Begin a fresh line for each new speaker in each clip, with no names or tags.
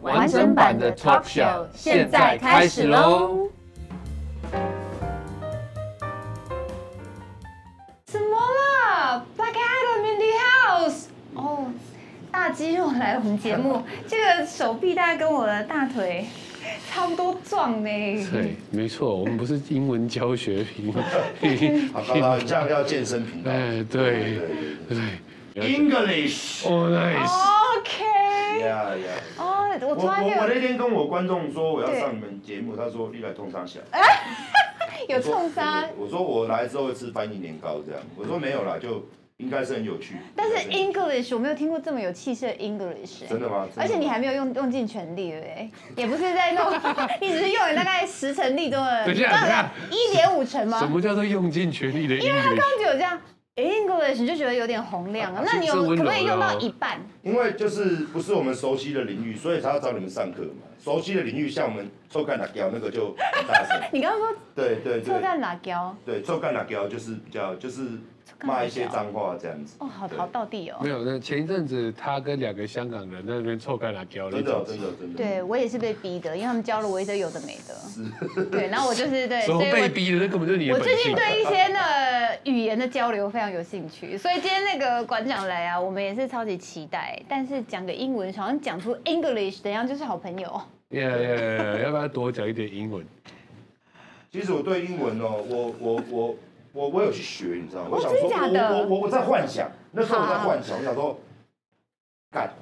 完整版的 talk show 现在开始喽！
怎么了？Black Adam in the house！哦，大肌肉来我们节 目，这个手臂大概跟我的大腿 差不多壮呢。
对，没错，我们不是英文教学频道。
好，好好，这样叫健身频道。
哎，对对对。
English。
Oh, nice.
OK，
呀呀。
哦，我
我
突
我
然
我
有
那天跟我观众说我要上你们节目，他说你来痛伤小。
哎有冲
伤
伤，。
我说我来之后会吃翻译年糕这样。我说没有啦，就应该是很有趣。
嗯但是
应该很有
English
趣
我没有听过这么有气势的 English，哎
真的吗？真的吗
而且你还没有用用尽全力，对不 对？也不是在弄， 你只是用了大概十成力多了，
等一下等一下
一点五成吗？
什么叫做用尽全力的英语？
就有这样 English，你就觉得有点洪亮了。那你有
是温
可不
柔的哦
可以用到一半？。
因为就是不是我们熟悉的领域，所以才要找你们上课嘛。熟悉的领域，像我们臭干辣椒那个就很大声
你刚刚说
对对
错
对。
干哪椒？
对，臭干辣椒就是比较就是
干辣椒
骂一些脏话这样子。
哦，好
对
好到地哦
嗯没。有，那前一阵子他跟两个香港人在那边臭干辣椒，
真
你怎
的
么
真的真的。
对我也是被逼的，因为他们教了我一堆有的没的。对，然后我就是对，
什
所
么
以
被
我。
逼的，那根本就是你的
我
本
最近
性。
对一些呢语言的交流非常有兴趣，所以今天那个馆长来啊，我们也是超级期待。但是讲个英文，好像讲出 English，怎样就是好朋友。
Yeah, yeah, yeah, yeah，要不要多讲一点英文？
其实我对英文哦，我我我我我有去学，你知道吗？我想说，
哦真假的
我我我我在幻想，那时候我在幻想，我想说，干，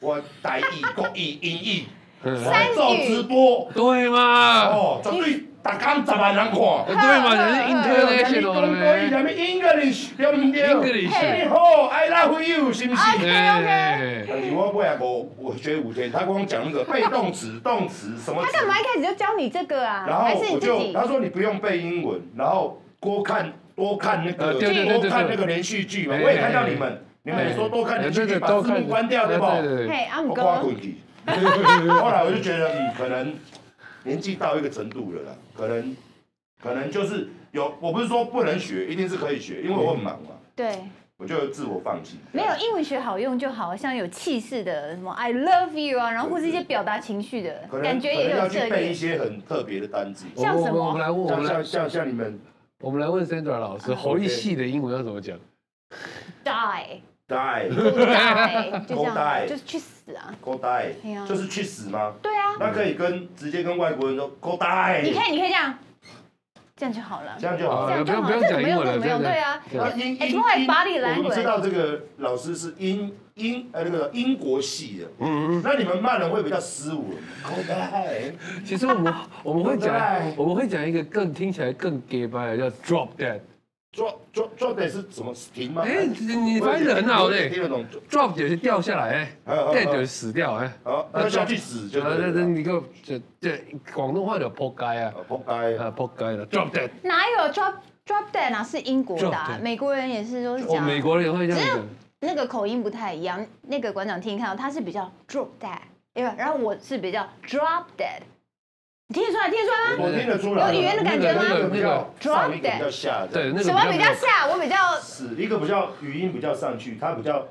我台语、国语、英语，我
嗯
来做直播，
对嘛？
哦，绝对大天十万人看。哎
对嘛？人是
你讲国语，
international
咱们 English 对不对
English
哎嘿你好，I love you，是不是？
哎
的
但是我不然我我学五天，他跟我讲那个被动词、动词什么
他
词，
干嘛一开始就教你这个啊？
然
还
后
是
我
你自
就
己？
他说你不用背英文，然后多看多看那
呃
个
对对对对
多
对
看那个连续剧嘛。
哎
我也看到你们，你们也说多看连续
对
剧，
对，
把
都
字
看哎
幕关掉对不？
对对
嘿，阿姆
我
哥，
挂滚去。 后来我就觉得，嗯，可能年纪到一个程度了啦，可能可能就是有，我不是说不能学，一定是可以学，因为我很忙嘛，
对，
我就自我放弃。
没有英文学好用就好，像有气势的什么 I love you 啊，然后或是一些表达情绪的
可能
感觉
可
也
能要
有
去
这
背一
点。
些很特别的单字，
我们我们来问我
像
们
像
来
像像你们
我们来问 Sandra 老师，喉一系的英文要怎么讲？
Die， go die，
die
就这
Go
样，
die
就是去死啊！
go die，
对啊
就是去死吗？
对啊，哎
那可以跟直接跟外国人说 “go die”，
你可以，你可以这样，这样就好了
这，样就好
这
了。
样就好
不用
了，这
不用
怎么
讲英
用
文了
这怎么用？
对对
对啊，
对
那英
It's more like body
我们
language
知道这个老师是英英呃那个英国系的，
嗯
那你们骂人会比较斯文，“go die”，
其实我们我们会讲
对
我们会讲一个更听起来更 gay 白的叫 drop dead。
抓抓抓的是什么停吗？
哎，你翻译的很好
我也
嘞
听得懂。
，drop 就是掉下来，哎
好好好
，dead 就是死掉，哎。
好，哦那下去死就
啊，
对
那那
了。
你个这这广东话叫扑街啊，
呃，“go die”，
啊扑街了，drop dead。
哪有 drop drop dead 啊？是英国的
Drop
啊
dead，
美国人也是都是
哦，
讲啊
美国人也会这样讲。
那个口音不太一样。那个馆长听看到他是比较 drop dead，因为然后我是比较 drop dead，你听得出来？听得出来吗？
我听得出来。
有语言的感觉吗
那个比较上，一个比较下，
对，那个
什么比
没
较
有
下？我比较
死一个比较语音比较上去，他比较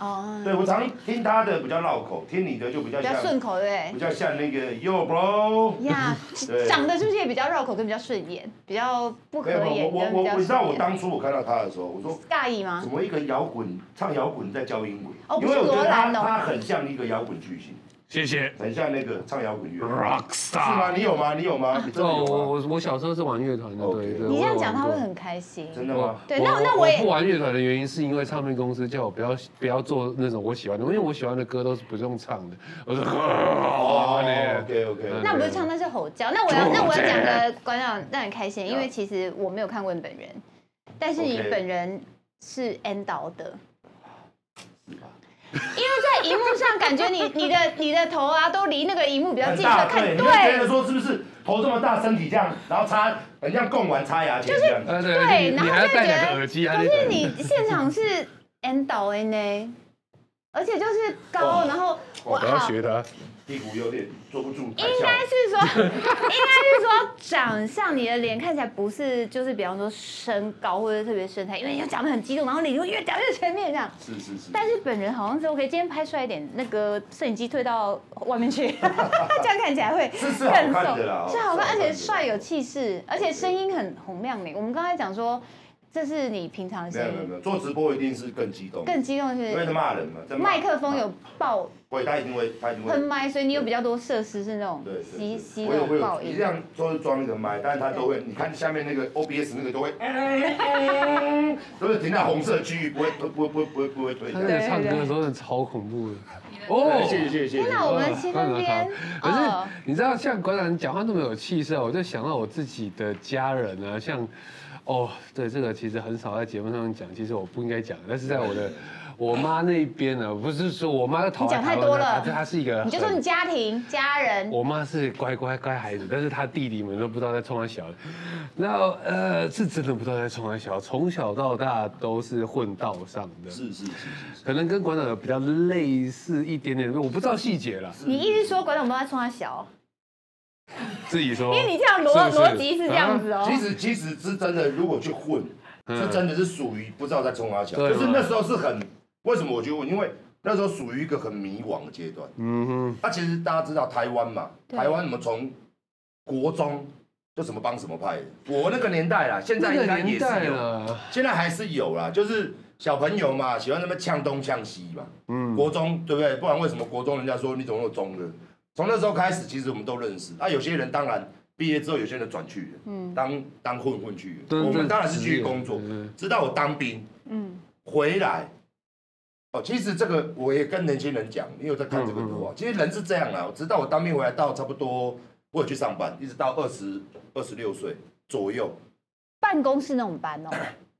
哦，
对我常听他的比较绕口，听你的就比较
比较
像
顺口，对
比
不
较像那个 Yo bro。
对？呀，
对
长得是不是也比较绕口，跟比较顺眼，比较不合
没有，我
眼，跟比
我我
较
我你知道
顺
我
眼。
当初我看到他的时候，我说
尬意吗
怎？么一个摇滚唱摇滚在教英文？
哦不
因
是
为我觉得他
罗兰哦
他很像一个摇滚巨星，
谢谢
很像那个唱摇滚乐。
rock
是吗？
star。
你有吗？你有吗？你真的
哦，我
有吗？
我我小时候是玩乐团的，
OK
对对。
你这样讲他
我有玩
会
过
很开心。
真的吗？
对那那我
我
也
不玩乐团的原因是因为唱片公司叫我不要不要做那种我喜欢的，因为我喜欢的歌都是不用唱的。我说，
哦
哦，
，OK OK，
嗯
那不是唱，那是吼叫。那我要
Drop
那我要讲个馆长让你开心，因为
Yeah
其实我没有看过你本人，但是你
OK
本人是 N 导的。
因为在荧幕上感觉你 你的你的头啊都离那个荧幕比较
很
近，所
大
以看
你就觉
对
得说是不是头这么大，身体这样，然后擦很像贡丸擦牙签这样。
呃，
对，
你
然
你还
后
要
就
戴两
觉
个
得
耳机啊？
可
那
是
个
你现场是 N 导 N 呢，而且就是高，
哇
然后
我都要学他，
屁股有点坐不住，
应该是说， 应该是说长相，你的脸看起来不是就是比方说身高或者特别身材，因为你要讲的很激动，然后脸就越讲越前面这样。
是是是，
但是本人好像是 OK，今天拍出来一点，那个摄影机退到外面 去，这样看起来会
是是好
更
看
瘦
的啦，哦
是好
是好
看，而
看
且
的
帅有气势，而且声音很洪亮美。我们刚才讲说，这是你平常的
没有
声
没有
音，
没有，做直播一定是更激动，
更激动
因为
的
他骂人嘛，在
是
骂
麦克风有爆
会他一定会他一定
喷
会。
麦，所以你有比较多设施是那种
对，
吸吸
我
的
有我
爆
有，
音
一。样都是装一个麦，但是他都会，你看下面那个 OBS 那个 都会，都是停在红色区域，不会不不不不不会推
他
的。
那个唱歌的时候真的超恐怖的。哦，
谢谢谢谢。
天哪，我们七分边，
可
哦
呃
是你知道，像馆长讲话那么有气势啊，我就想到我自己的家人啊，像哦，对这个其实很少在节目上面讲，其实我不应该讲，但是在我的我妈那边呢，不是说我妈讨
你
厌
讲太
台
多
湾
了
啊，她她是一个
你就说
很
你家庭、家人，
嗯
我妈是乖乖乖孩子，但是她弟弟们都不知道在冲她小的，然后呃是真的不知道在冲她小，从小到大都是混道上的，
是是是是
可能跟馆长有比较类似一点点，我不知道细节啦，
你一直说馆长都在冲他小，
自己说。
因为你这样逻
是不是啊
逻辑是这样子哦
其。实其实是真的，如果去混，是真的是属于不知道在冲哪小，
对
就是那时候是很为什么我觉得问，因为那时候属于一个很迷惘的阶段。啊
嗯哼，
那、其实大家知道台湾嘛，
对
台湾我们从国中就什么帮什么派的，我那个年代啦，现在应该
嗯
也是有，
了，
现在还是有啦，就是小朋友嘛，喜欢那边呛东呛西嘛。
嗯，
国中对不对？不然为什么国中人家说你怎么有中的？从那时候开始，其实我们都认识。那、有些人当然毕业之后，有些人转去了，当当混混去
嗯对
了。我
对
们当然是
职
去
业
工作
嗯，
直到我当兵，
嗯，
回来。哦，其实这个我也跟年轻人讲，因为我在看这个
嗯
多啊。其实人是这样啊，直到我当兵回来到差不多，我有去上班，一直到二十二十六岁左右，
办公室那种班哦，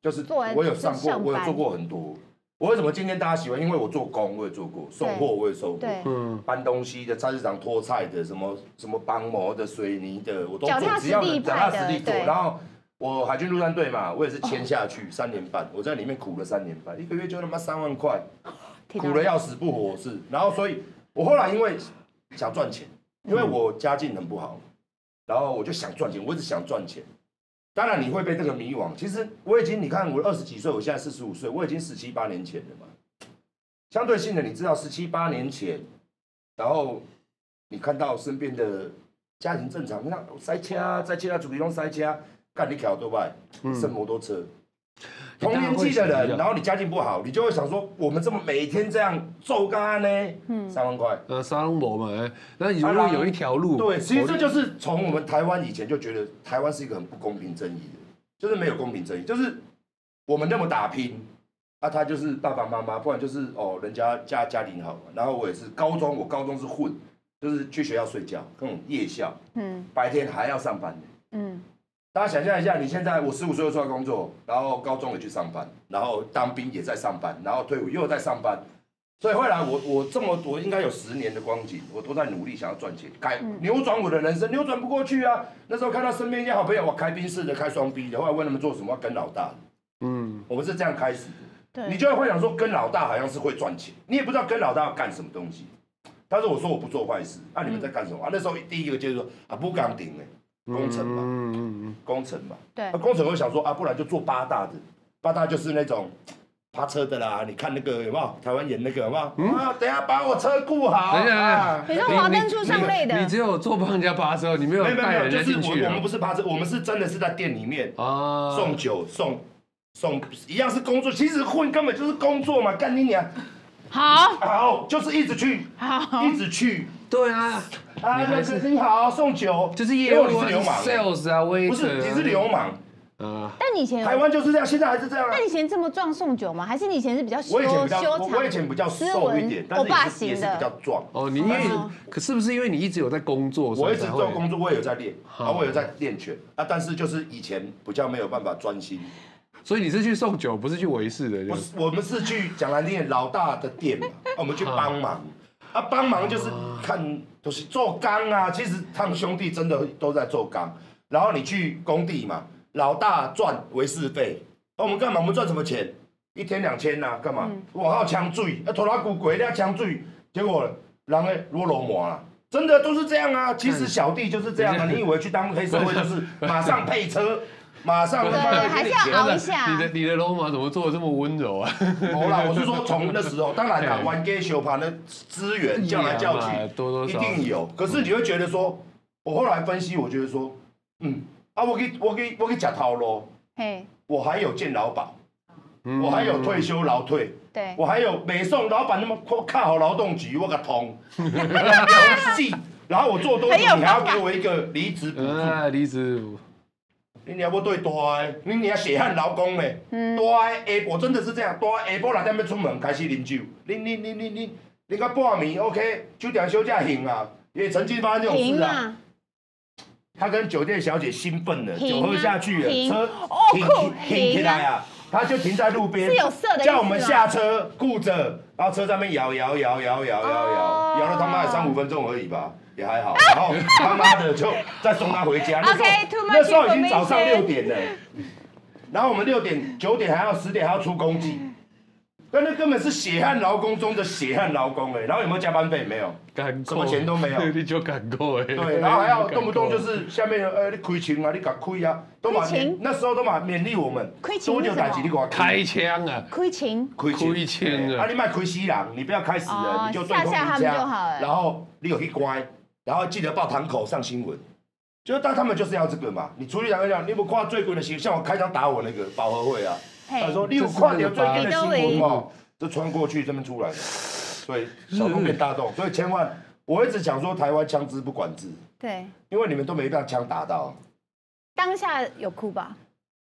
就是
做完
我有上
上
过，
班
我有做过很多。我为什么今天大家喜欢？因为我做工，我也做过，送货我也收过，
对，
嗯，
搬东西的、菜市场拖菜的、什么什么帮模的、水泥的，我都
脚踏
做，
实地
只要能脚
派
踏
的
实地做。
对哦
然后我海军陆战队嘛，我也是签下去三年半，我在里面苦了三年半，一个月就他妈三万块，
哦听到
苦的要死不活是。然后所以，我后来因为想赚钱，因为
嗯
我家境很不好，然后我就想赚钱，我一直想赚钱。当然你会被这个迷惘。其实我已经，你看我二十几岁，我现在四十五岁，我已经十七八年前了嘛。相对性的，你知道十七八年前，然后你看到身边的家庭正常，你看塞车啊，塞车啊，主力都塞车啊，干你桥对吧？剩摩托车。同年纪的人，然后你家境不好，你就会想说，我们这么每天这样做干呢？三万块。
呃，沙龙博嘛，哎那你如果有一条路，
啊对，其实这就是从我们台湾以前就觉得台湾是一个很不公平正义的，就是没有公平正义，就是我们那么打拼，啊，他就是爸爸妈妈，不然就是哦人家家家庭好，然后我也是高中，我高中是混，就是去学校睡觉，那种夜校，
嗯
白天还要上班的。
嗯，
大家想象一下，你现在我十五岁就出来工作，然后高中也去上班，然后当兵也在上班，然后退伍又在上班，所以后来我我这么我应该有十年的光景，我都在努力想要赚钱，改扭转我的人生，扭转不过去啊。那时候看到身边一些好朋友，我开宾士的，开双 B 的，后来问他们做什么，要跟老大的，
嗯，
我们是这样开始的。你
对，
就会想说跟老大好像是会赚钱，你也不知道跟老大要干什么东西。但是我说我不做坏事，那、你们在干什么、啊？那时候第一个就是说啊，不岗顶哎，工程嘛。
嗯嗯
工程嘛。
对
那工程我想说啊，不然就做八大的，八大就是那种嗯趴车的啦。你看那个有没有？台湾演那个有没有？啊，等一下把我车顾好。
嗯等一下
啊
你说
你
华
你
灯初上类
嗯，你
的，
只有坐帮人家扒车，你没有
没有没有没
带
有，
人
就
家
是
进去
我我
啊
们不是趴车，我们是真的是在店里面
啊，
送酒送。送一样是工作，其实混根本就是工作嘛，干你娘！
好
好，就是一直去，
好，
一直去
对啊，
啊！那
你还
个
是
你好，送酒，
就是业
因为
务
你是
啊
流氓，欸
，sales 啊，w a i
不是你是流氓，
啊，
但你以前
台
有，
湾就是这样，现在还是这样啊
但。你以前这么壮送酒吗？还是你以前是比较修
我以前比较
修
我
长？
我以前比较
斯
瘦一
文
点，但
欧
是
巴
也是
型
也是比较
的，
壮。
哦，你因为可是不是因为你一直有在工作，所
我
以
一直
才
做
会
工作，我也有在练，啊
好
然后我有在练拳啊，但是就是以前比较没有办法专心，
所以你是去送酒，不是去维士的，
我
就是
是我们是去讲难听点，老大的店嘛，啊我们去帮忙，啊帮忙就是
哦
看都是做工啊，其实他们兄弟真的都在做工，然后你去工地嘛，老大赚维士费，啊那、我们干嘛？我们赚什么钱？一天两千呐、啊，干嘛？
嗯
我还要抢水，啊拖拉骨鬼要抢水，结果人诶落楼膜啦。真的都是这样啊！其
嗯
实小弟就是这样啊！你以为去当黑社会就是马上配 车，马上
对还是要熬一下
你的你的罗马怎么做的这么温柔啊？
没啦，我是说从那时候， 当然啦，玩 gay 球盘的资源叫来叫
一样
去
嘛，多哎多
一
少少
定有。可是你会觉得说，我后来分析，我觉得说，嗯，啊，我给我给我给假套咯，
嘿，
我还有健劳保，
嗯
我还有退休劳退，
对，
我还有美送老板那么我靠好劳动局，我个 通， 我细，然后我做多久，你还要给我一个离职补助。
啊，离职
你娘要对大的，你娘血汗劳工嘞，大的下晡真的是这样，大的下晡六点要出门开始啉酒，你你你你你，你到半暝 OK，酒店小姐行啊，也曾经发生这种
停
事啊。
啊，
他跟酒店小姐兴奋了，
停啊
酒喝下去了，
停
车
哦
停
酷
停停起来啊，他就停在路边，
是有色的意思吗
叫我们下车，顾着，然后车在那边摇摇摇摇摇摇
哦啊
摇，摇了他妈的三五分钟而已吧。也还好，然后他妈的就再送他回家。 那时候
OK，too much
那时候已经早
information
上六点了，然后我们六点、九点还要十点还要出公祭，但那根本是血汗劳工中的血汗劳工哎、然后有没有加班费？没有，
赶
什么钱都没有
你就赶够哎。
对，然后还要动不动就是下面呃、你亏钱啊，你敢亏啊，都把
亏钱
那时候都把勉励我们，
亏钱
多久
是什么
打击你给我
开枪啊！
亏情，
亏
亏钱啊
啊你卖亏死人，你不要开死人，
哦
你就对空
吓吓他
一
们就好
家
了，
然后你有一乖，然后记得报堂口上新闻。就是但他们就是要这个嘛，你出去讲一讲，你有没有看到最贵的新闻？像我开枪打我那个保和会啊，他说你有看到最贵的新闻吗？就穿过去这边出来的，所以小洞变大洞，所以千万我一直讲说台湾枪支不管制，
对，
因为你们都没让枪打到，
当下有哭吧？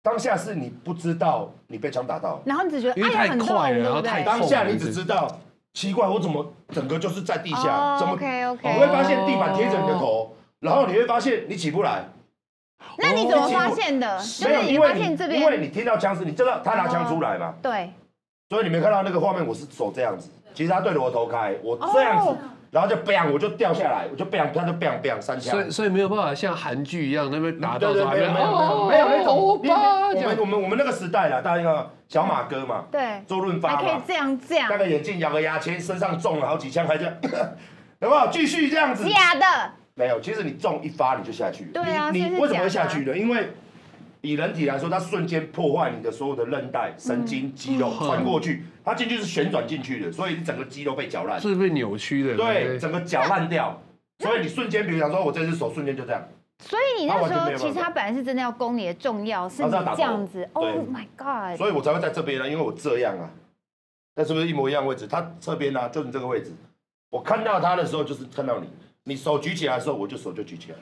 当下是你不知道你被枪打到，
然后你只觉得
因为
哎呀
太
很痛，
快了
对
然后
不
太
对？
当下你只知道奇怪，我怎么整个就是在地
哦
下，怎么
OK 哦
你
OK，
会发现地板贴着你的头，然后你会发现你起不来，
那你怎么发现的？就
没有，
是哦你
因
发
为
现这
你因为
边哦
你听到枪声，你知道他拿枪出来嘛，
对，
所以你没看到那个画面，我是手这样子，其实他对着我头开，我这样子
哦，
然后就 bang 我就掉下来，我就 bang 他就 bang bang 三枪
所。以所以没有办法像韩剧一样那边打
对
到
对，
他
没有
们
没有没有
哦
没有那
欧
种，你
巴
你我
这样
们我们我们那个时代啦，大家看小马哥嘛，
对
周润发
还可以
嘛，
这样这样
戴，个眼镜，咬个牙签，身上中了好几枪，还这样，有没有？继续这样子？
假的，
没有，其实你中一发你就下去了。
啊对啊
你
所以
你
是
为什么会下
假发
去呢？因为以人体来说，它瞬间破坏你的所有的韧带、神
嗯
经、肌肉，
嗯
穿过去，它进去是旋转进去的，所以你整个肌肉被绞烂，
是被扭曲的。
对，整个绞烂掉。所以你瞬间，比如讲说，我这只手瞬间就这样，
所以你那时
他完全没
候
有办法
其实他本来是真的要攻你的重要，是
他
你
是要打头
这样子，Oh my God，
所以我才会在这边呢，因为我这样啊，那是不是一模一样位置？他这边呢、就是你这个位置。我看到他的时候，就是看到你，你手举起来的时候，我就手就举起来。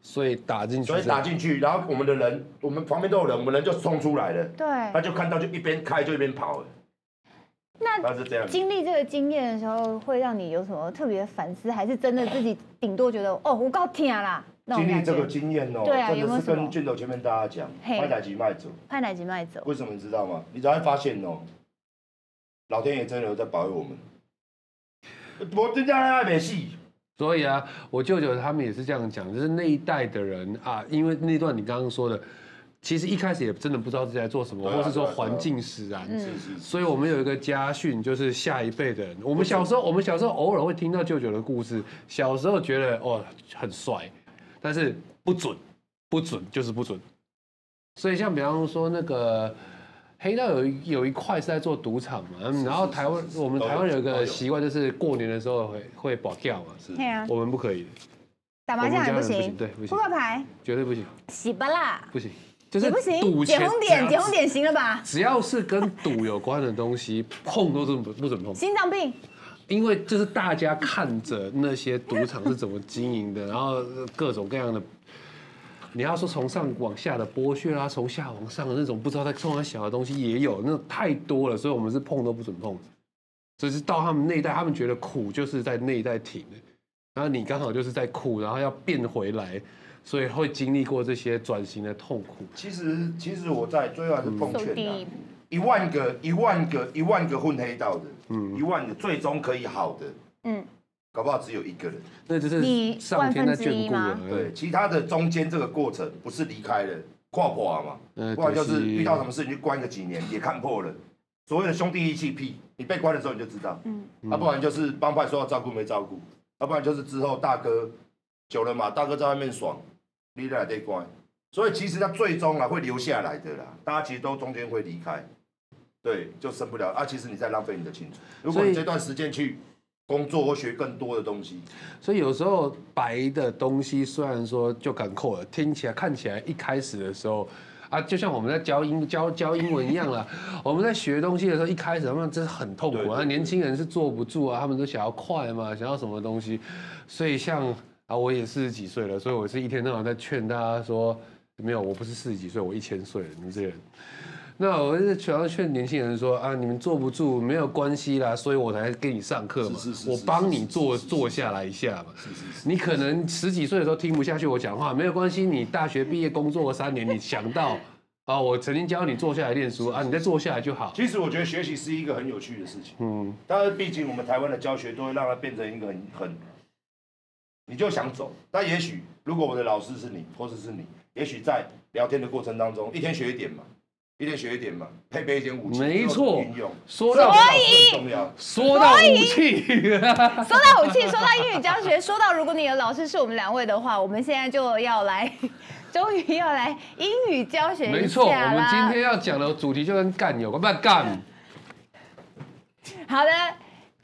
所以打进去，
所以打进去，然后我们的人，我们旁边都有人，我们人就冲出来了。他
对，
就看到就一边开就一边跑了，
那。
他是这样。
经历这个经验的时候，会让你有什么特别的反思，还是真的自己顶多觉得哦，我够天啦那种
经
感
历这个
觉？
经验哦、
对啊
真
有没
的
有
是
什么
跟镜头前面大家讲，
嘿
卖仔急卖走，
派奶吉卖走，
为什么你知道吗？你才会发现哦、老天爷真的有在保佑我们。我真正爱没戏，
所以啊，我舅舅他们也是这样讲，就是那一代的人啊，因为那段你刚刚说的，其实一开始也真的不知道自己在做什么，
对啊
或是说
对啊对啊
环境使然。
是是是，
所以我们有一个家训，就是下一辈的人。我们小时候，我们小时候偶尔会听到舅舅的故事，小时候觉得哦很帅，但是不准，不准就是不准。所以像比方说那个黑道有一有一块是在做赌场嘛，嗯然后台湾我们
都有
台湾有一
都
个
有
习惯就是过年的时候会会保票嘛，
是
对啊，
我们不可以，
打
我
麻
们
将
家
也不
人不
行，
对，不
扑
行，
克牌
绝对不行，
洗吧啦，
不行，就是
也不行，
赌
捡
钱
红点，
只要
捡红点行了吧？
只要是跟赌有关的东西，碰都是不不准碰。
心脏病，
因为就是大家看着那些赌场是怎么经营的， 然后各种各样的，你要说从上往下的剥削啊，从下往上的那种不知道在冲他啊小的东西也有，那种太多了，所以我们是碰都不准碰。所以是到他们那一代，他们觉得苦就是在那一代挺的，然后你刚好就是在苦，然后要变回来，所以会经历过这些转型的痛苦。
其实其实我在最后还是奉
手
劝啊
低，
一万个一万个一万个混黑道的，一万个最终可以好的，
嗯，
搞不好只有一个人。
那就是
你
上天在
万
眷
分之一
顾
吗
了，
对，，其他的中间这个过程不是离开了跨跨嘛，
嗯
不然呃就是
对
遇到什么事情就关个几年，也看破了。所谓的兄弟义气屁，你被关的时候你就知道，嗯，啊，不然就是帮派说要照顾没照顾，要、不然就是之后大哥久了嘛，大哥在外面爽，你来得关，所以其实他最终啊会留下来的啦，大家其实都中间会离开，对，就生不了啊。其实你在浪费你的青春，如果
所以
你这段时间去工作或学更多的东西，
所以有时候白的东西虽然说就赶扣了，听起来看起来一开始的时候。啊，就像我们在教英教教英文一样啦。 我们在学东西的时候，一开始他们真的很痛
对
苦
对
啊。
对
年轻人是坐不住啊，他们都想要快嘛，想要什么东西。所以像啊，我也四十几岁了，所以我是一天到晚在劝大家说，没有，我不是四十几岁，我一千岁了，你们这些人。那我是想要劝年轻人说啊，你们坐不住没有关系啦，所以我才给你上课嘛，
是是是
我
是
帮
是
你
是
坐
是是
坐下来一下嘛。
是是
你可能十几岁的时候听不下去我讲话，没有关系，你大学毕业工作了三年，你想到 啊，我曾经教你坐下来念书啊，你再坐下来就好。
其实我觉得学习是一个很有趣的事情，嗯，但是毕竟我们台湾的教学都会让它变成一个很很，你就想走，但也许如果我的老师是你，或者是你，也许在聊天的过程当中，一天学一点嘛，一天学一点嘛，配备一点武器，最
没
后
错
怎么运用，
说到
以很重要，
说到武器，
说到武器，说到英语教学，说到如果你的老师是我们两位的话，我们现在就要来， 终于要来英语教学
没
一
错，我
下
们今
啦。
天要讲的主题就跟干有关，不 然干。
好的，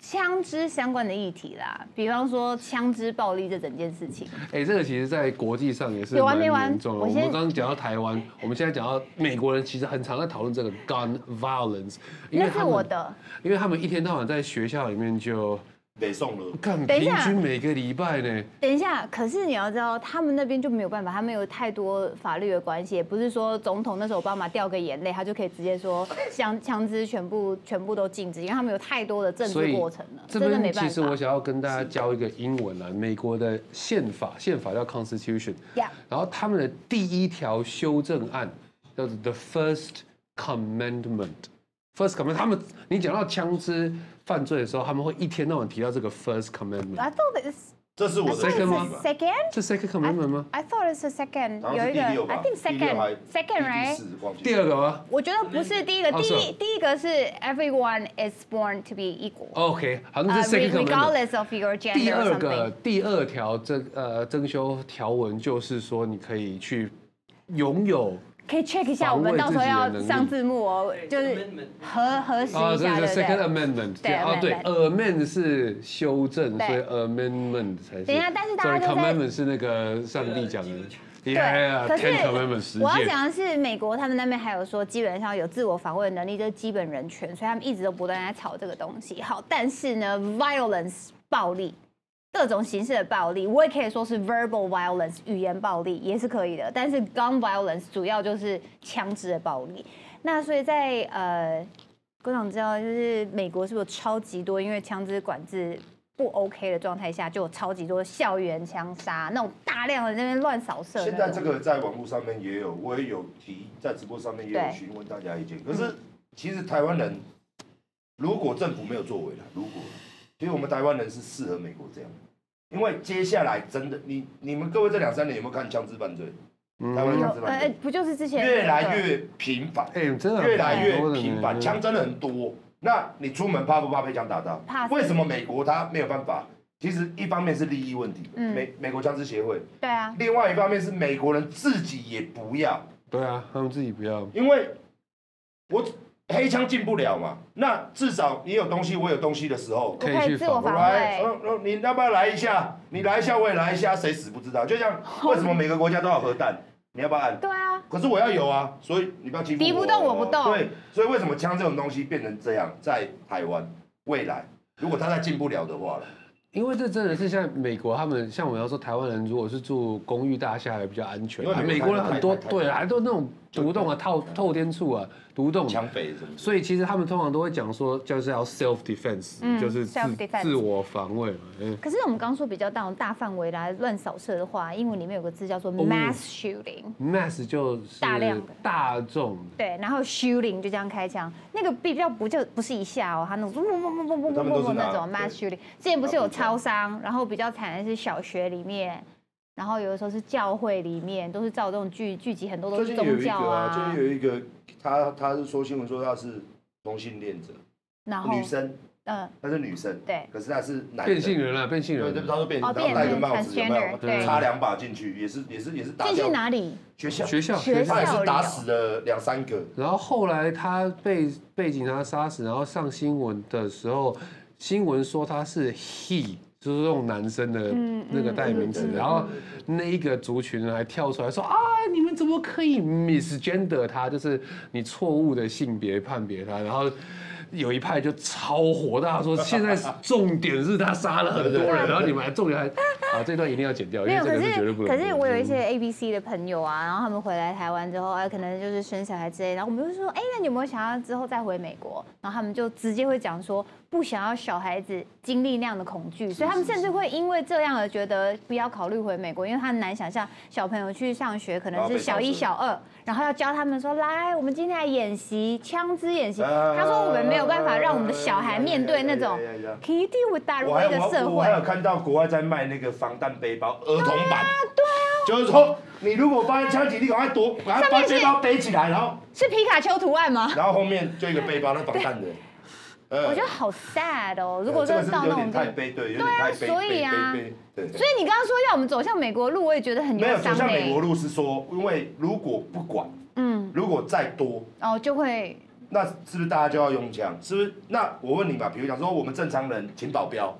枪支 相关的议题啦，比方说枪支暴力这整件事情，
哎、这个其实在国际上也是
有完啊
蛮
没完
严重的。
我
我
先
们刚刚讲到台湾，我们现在讲到美国人，其实很常在讨论这个 gun violence，因
那
为
是
他
我
们，
的。
因为他们一天到晚在学校里面就
北宋了，
干，
等一
平
下
均每个礼拜呢。
等一下，可是你要知道，他们那边就没有办法，他们有太多法律的关系，也不是说总统那时候奥巴马掉个眼泪，他就可以直接说枪枪支全部全部都禁止，因为他们有太多的政
所
治
以
过程了，
这
真的没
边
办
其实我
法。
想要跟大家教一个英文啊，美国的宪法，宪法叫 Constitution，
Yeah
然后他们的第一条修正案叫做 The First Commandment。First Commandment，他们你讲到枪支犯罪的时候，他们会一天到晚提到这个 First Commandment。
I thought it's
这是我的
Second 吗
it's a second.
这 Second Commandment 吗？
I thought it's a second.
然后
有
是
一
第
个
六
，I
吧
think
第六还
second second
第
right.
四忘记
第
了。
二个吗
我觉得不是第一个，
哦
第
是
一
哦
第一个是 everyone is born to be equal，
？OK，好，那
呃
是 Second Commandment。
regardless of your
第
gender or
二个
something。
第二条征呃征修条文就是说，你可以去拥有
可以 check 一下，我们到时候要上字幕哦，就是核核实
啊，
一
这
下，
个
对
Second
不对？
Amendment，
对
啊，对
amendment
，Amendment 是修正，所
对
以 Amendment 才是。
等一下但是大家都
Sorry,
在
Commandment 是那个上帝讲的。Yeah,
对，可
Ten Commandment
是
实
我要
践。
讲的是，美国他们那边还有说，基本上有自我防卫能力，这是基本人权，所以他们一直都不断在吵这个东西。好，但是呢，violence 暴力，各种形式的暴力，我也可以说是 verbal violence 语言暴力也是可以的，但是 gun violence 主要就是枪支的暴力。那所以在呃，我想知道就是美国是不是有超级多因为枪支管制不 OK 的状态下，就有超级多校园枪杀那种大量的那边乱扫射的
现
那
在
种。
这个在网络上面也有，我也有提，在直播上面也有
对
询问大家意
嗯
见。可是其实台湾人，如果政府没有作为了，如果，其实我们台湾人是适合美国这样，因为接下来真的，你你们各位这两三年有没有看枪支犯罪？
嗯
台湾的枪支
有呃
犯罪，
不就是之前
越来
那个
越频繁，
哎，真的
越来
蛮多
越
的呢
频繁，枪真的很多。那你出门怕不怕被枪打到
怕？
为什么美国它没有办法？其实一方面是利益问题，
嗯
美美国枪支协会，
对啊，
另外一方面是美国人自己也不要，
对啊，他们自己不要。
因为我黑枪进不了嘛，那至少你有东西，我有东西的时候。
我
可以
可以
去
自我
访
防
来，
卫。
嗯嗯，你要不要来一下？你来一下，我也来一下，谁死不知道。就 像为什么每个国家都要核弹，你要不要按？
对啊，
可是我要有啊，所以你不要欺负我。
敌不动我不动
对，所以为什么枪这种东西变成这样？在台湾未来，如果它再进不了的话了，
因为这真的是现在美国他们像我们要说台湾人，如果是住公寓大厦还比较安全
因为
啊，
美国
美国人很多
太太太
对啊，还都那种独栋啊、套透天处啊、独栋，
抢匪什么？
所以其实他们通常都会讲说，就是要 self defense，、
嗯
就是自
self-defense
自我防卫嘛。嗯，
可是我们刚刚说比较大大范围来乱扫射的话，英文里面有个字叫做
哦
mass shooting，、
mass 就是
大量的
大众
对，然后 shooting 就这样开枪，那个比较不就不是一下哦，他那种嗡嗡嗡嗡嗡嗡
他们都
嗡
是
嗡
拿
那种 mass
对
shooting。之前不是有超商，然后比较惨的是小学里面，然后有的时候是教会里面，都是照这种聚聚集，很多都
最
是
近有
宗
一个
教
啊，最
啊，
近有一个，他他是说新闻说他是同性恋者，
然后
女生，
嗯
她是女生，
对，
可是她是男的
变性人了、变性
对
人
对，
了、
他说变
哦
性，然后戴个
变
帽子有没
transgender，对
有？插两把进去，也是也是也是打
进
掉
去哪里？
学校，
学校
学校
他也是打
里哦
死了两三个，
然后后来他被被警察杀死，然后上新闻的时候，新闻说他是 he，就是用男生的
嗯
那个代名词。然后那一个族群人还跳出来说啊，你们怎么可以 misgender 他？就是你错误的性别判别他。然后有一派就超火大说，现在重点是他杀了很多人，然后你们还重点还啊这段一定要剪掉，
没
因为
有，可
这个是绝对
是
不能播的。
可是我有一些 A B C 的朋友啊，然后他们回来台湾之后，哎、可能就是生小孩之类，然后我们就说，哎、那你有没有想要之后再回美国？然后他们就直接会讲说，不想要小孩子经历那样的恐惧，所以他们甚至会因为这样而觉得不要考虑回美国，因为他很难想象小朋友去上学，可能是小一、小二，然后要教他们说，来，我们今天来演习枪支演习。他说我们没有办法让我们的小孩面对那种
啊哎呀呀呀呀呀
Can you deal with that
我还
那个社
我我
会
还。有看到国外在卖那个防弹背包儿童版，对啊，就是说你如果发现枪击，你赶快躲，赶快把背包背起来，然后
是皮卡丘图案吗？
然后后面就一个背包，那防弹的，呃
我觉得好 sad 哦。如
呃
果
这
说
个是
到
有
那种
点
地步，
太悲，对，有点太悲，
所以啊
悲悲悲对。
所以你刚刚说要我们走向美国路，我也觉得很
没有
忧
走
伤
向美国
嘞。
路是说，因为如果不管，
嗯，
如果再多，
哦，就会
那是不是大家就要用枪？是不是？那我问你嘛，比如讲说我们正常人请保镖，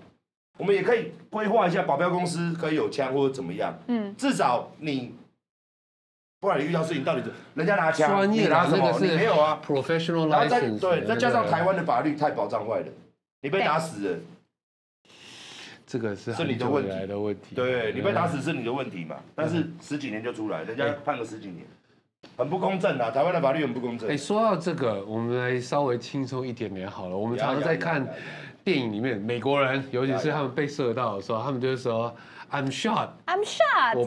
我们也可以规划一下保镖公司可以有枪或者怎么样，
嗯，
至少你，不然你遇到事情到底怎人家拿枪，
专
你
业
拿
的
什
那
么
个？
你
是
没有啊？
professional
然后再
license，
对，再加上
对
台湾的法律太保障坏了，你被
对
打死了，
这个是
是
很
你的
久
问
以
题
来的问题。嗯
对你被打死是你的问题嘛？但是十几年就出来，人
哎
家判个十几年，很不公正啊！台湾的法律很不公正
哎，。说到这个，我们来稍微轻松一点点好了。我们常常在看电影里面，美国人，尤其是他们被射到的时候，他们就是说 "I'm shot"，
I'm
我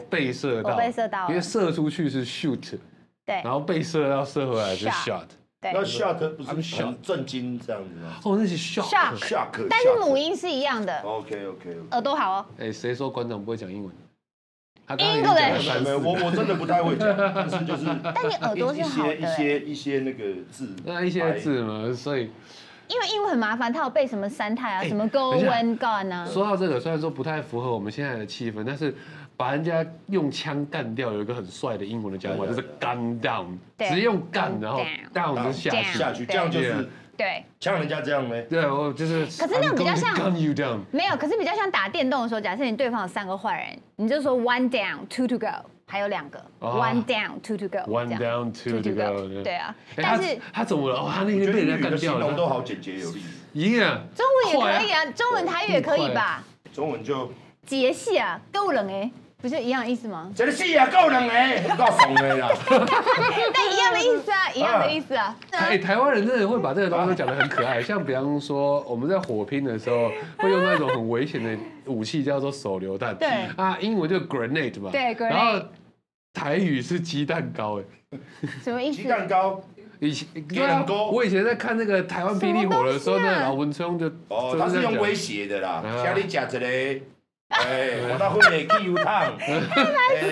shot。
被射到，
啊我被射到了
因为射出去是 shoot，
对
然后被射到射回来是
Shot
shot，
那
对，
shock 不
I'm
是
shocked
很震惊这样子吗
哦，那是 shock。
Shock
？shock，
但是母音是一样的，
OK OK OK。
耳朵好 哦。
哎，谁说馆长不会讲英文？他刚刚已经讲了三
哎没有，
次
我我真的不太会讲，但是就是
哎但你耳朵是
一一
好
些一
的，
些一些那个字，
那一些字嘛，所以。
因为英文很麻烦，它有背什么三态啊，
哎
什么 go
等一下
when gone 啊。
说到这个，虽然说不太符合我们现在的气氛，但是把人家用枪干掉，有一个很帅的英文的讲法，
对
就是 gun down，
对嗯
直接用干，
gun
然后 down 就
然后
是下
下
对
下去，
去。
这样就是
对啊
对，
像人家这样呗。
对，我就是。
可是那种比较像
gun you down。
没有，可是比较像打电动的时候，假设你对方有三个坏人，你就说 one down two to go，还有两个啊
哦
one down two to go。
One down, two to go。
对啊，
哎
但是
他他怎么了？哦，他那
我觉
天
得
被
英
人
语
家
的
干
形
掉
容都
了。
好简洁有力，
赢啊！
中文也可以啊，中文台语也可以吧？
中文就？
节气啊，够冷哎，不是一样的意思吗
这个戏啊够冷哎，够怂的 啦。
但一样的意思啊， 一样的意思啊。
台哎台湾人真的会把这个东西讲得 很可爱，像比方说我们在火拼的时候会用那种很危险的武器叫做手榴弹，
对
啊，英文就 grenade 嘛，
对，grenade
然后台语是鸡蛋糕，哎，
什么意
鸡
思？
蛋糕
以前
鸡蛋糕
我以前在看那个台湾霹雳火的时候，
啊什么东西啊
那个老文聪就
哦，
就
他
这
是
样
用
讲
威胁的啦，
啊
像你讲这个。 哎，我到后面汽油烫，哎，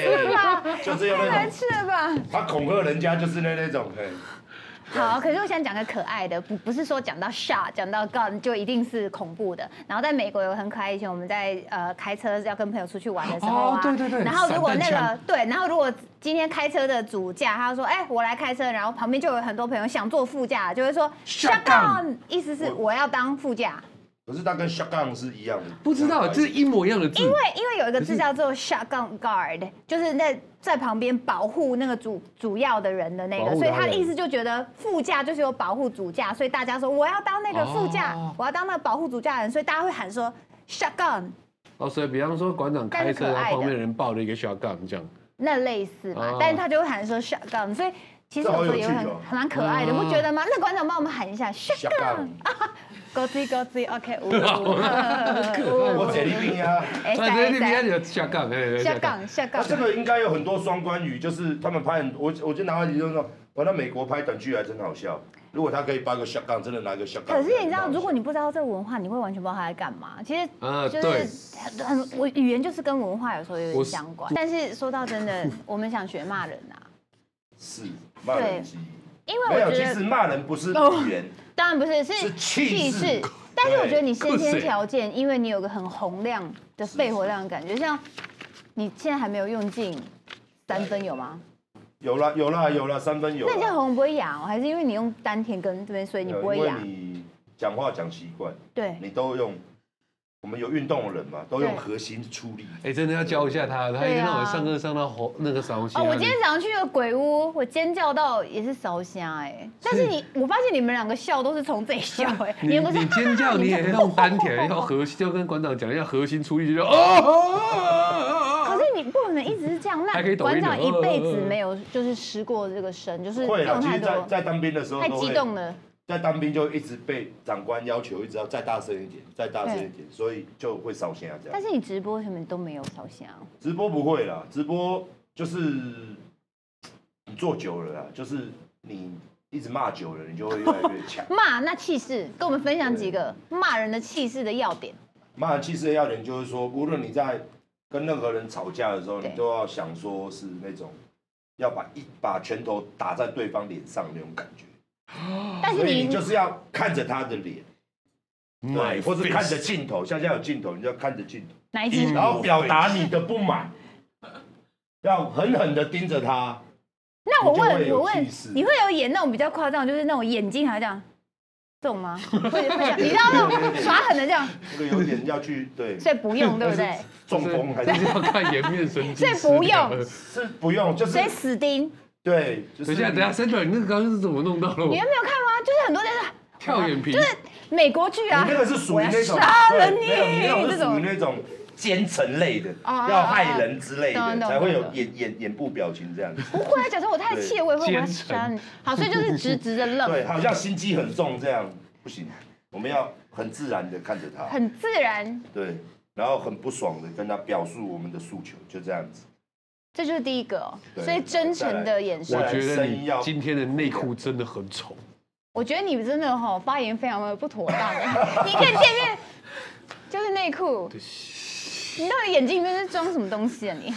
就是用那
太
种，
吃了吧？
他恐吓人家就是那那种，哎，
好，可是我想讲个可爱的，不不是说讲到 shot 讲到 gun 就一定是恐怖的。然后在美国有个很可爱，以前我们在呃开车要跟朋友出去玩的时候啊，
哦对对对
然后如果那
散弹
个对，然后如果今天开车的主驾他说，哎、我来开车，然后旁边就有很多朋友想坐副驾，就会说
Shut
gun，意思是我要当副驾。
可是他跟 shotgun 是一样的，哎
不知道，就是一模一样的字
因为，哎因为有一个字叫做 shotgun guard，就是那在旁边保护那个主主要的人的那
保
个，
护
所以
他
他的
人
意思就觉得副驾就是有保护主驾，所以大家说我要当那个副驾，
哦
我要当那个保护主驾的人，所以大家会喊说 shotgun
哦，所以比方说馆长开车，
但是可
然
爱的
后旁边人抱着一个 shotgun 这样，
那类似嘛，
哦
但是他就会喊说 shotgun，所以其实有时候也会很
这好有趣哦
很蛮可爱的，
嗯
不觉得吗？那馆长帮我们喊一下 shotgun，
下杠，
咯吱咯吱，OK，呜
我
呜，
这里边啊，
哎
反正那边有 shotgun，哎对
shotgun shotgun，
那这个应该有很多双关语，就是他们拍很，我我就拿到理论说，我到美国拍短剧还真好笑。如果他可以拍个下杠，真的拿个下杠。
可是你知道，如果你不知道这个文化，你会完全不知道他在干嘛。其实
啊
就是
对
很很，我语言就是跟文化有时候有
我
点
是
相关。但是说到真 的，我们想学骂人啊，
是骂人机，
因为
没有，
我
其
觉
实
得哦
骂人不是语言，
当然不是是
是气势哎
但是我觉得你
酷
先
谁
天条件，因为你有个很洪亮的肺活量的感觉，像你现在还没有用尽三分有吗？
有啦有啦有啦，三分有啦。
那你这样喉咙不会哑哦，还是因为你用丹田跟这边，所以你不会
因为
哑？
你讲话讲习惯，
对，
你都用，我们有运动的人嘛，都用
对
核心出力。
哎，真的要教一下他，他一
对
天
啊
到晚上课上到喉那个嗓
哦，
喉
我今天早上去了鬼屋，我尖叫到也是烧瞎哎！但是你，我发现你们两个笑都是从这里笑哎，
你
们不
你
是
尖 叫，你也用丹田，
哦
要核心，要跟馆长讲一下核心出力，就哦，
可是你不可能一直是这样。
还可以
那
抖
馆
音
长
的
一辈子没有就是失过这个身，就是
会啦，
用
啊其
太
实在
多，
在当兵的时候
太
都
激
会，
动了。
在当兵就一直被长官要求，一直要再大声一点，再大声一点，所以就会烧香啊这样
但。是你直播什么都没有烧香，。
直播不会啦，直播就是你做久了啦，就是你一直骂久了，你就会越来越强
骂那气势，跟我们分享几个骂人的气势的要点。
骂人气势的要点就是说，无论你在跟任何人吵架的时候，
对
你都要想说是那种要把一把拳头打在对方脸上那种感觉，
但是
所以你
你
就是要看着他的脸，
嗯
对，或是看着镜头，像现在有镜头，你就要看着镜头，
哪一只？
然后表达你的不满，要狠狠的盯着他。
那我
你就会
问，
有
我问
气势，
你会有演那种比较夸张，就是那种眼睛还这样，这种吗？会会这 样，你知道那种耍狠的这样，
这个有点要去对
所以不用，对不对？
中风还
就是是要看颜 面神经，
所以不用
是不用，就是
所以死盯，
对，就
等
是
一下，等一下，
你
三转，你那个刚刚是怎么弄到了
你
我
们没有看吗？就是很多人是
跳眼皮？
美国剧啊，
那个是属于那种
我要杀了
对
你
没有你那种是
这
属
种
于那种奸臣类的，
啊
要害人之类
懂
的，
懂懂
才会有眼眼眼部表情这样子。
不会啊，假设我太气了，我也会我要杀你。好，所以就是直直的
对，
愣，
好像心机很重这样，不行，我们要很自然的看着他，
很自然，
对，然后很不爽的跟他表述我们的诉求，就这样子。
这就是第一个哦。
对
所以真诚的眼
我
神，
觉得你今天的内裤真的很丑，
我觉得你真的哈发言非常的不妥当，啊你看见面就是内裤，你到底眼睛里面是装什么东西啊你？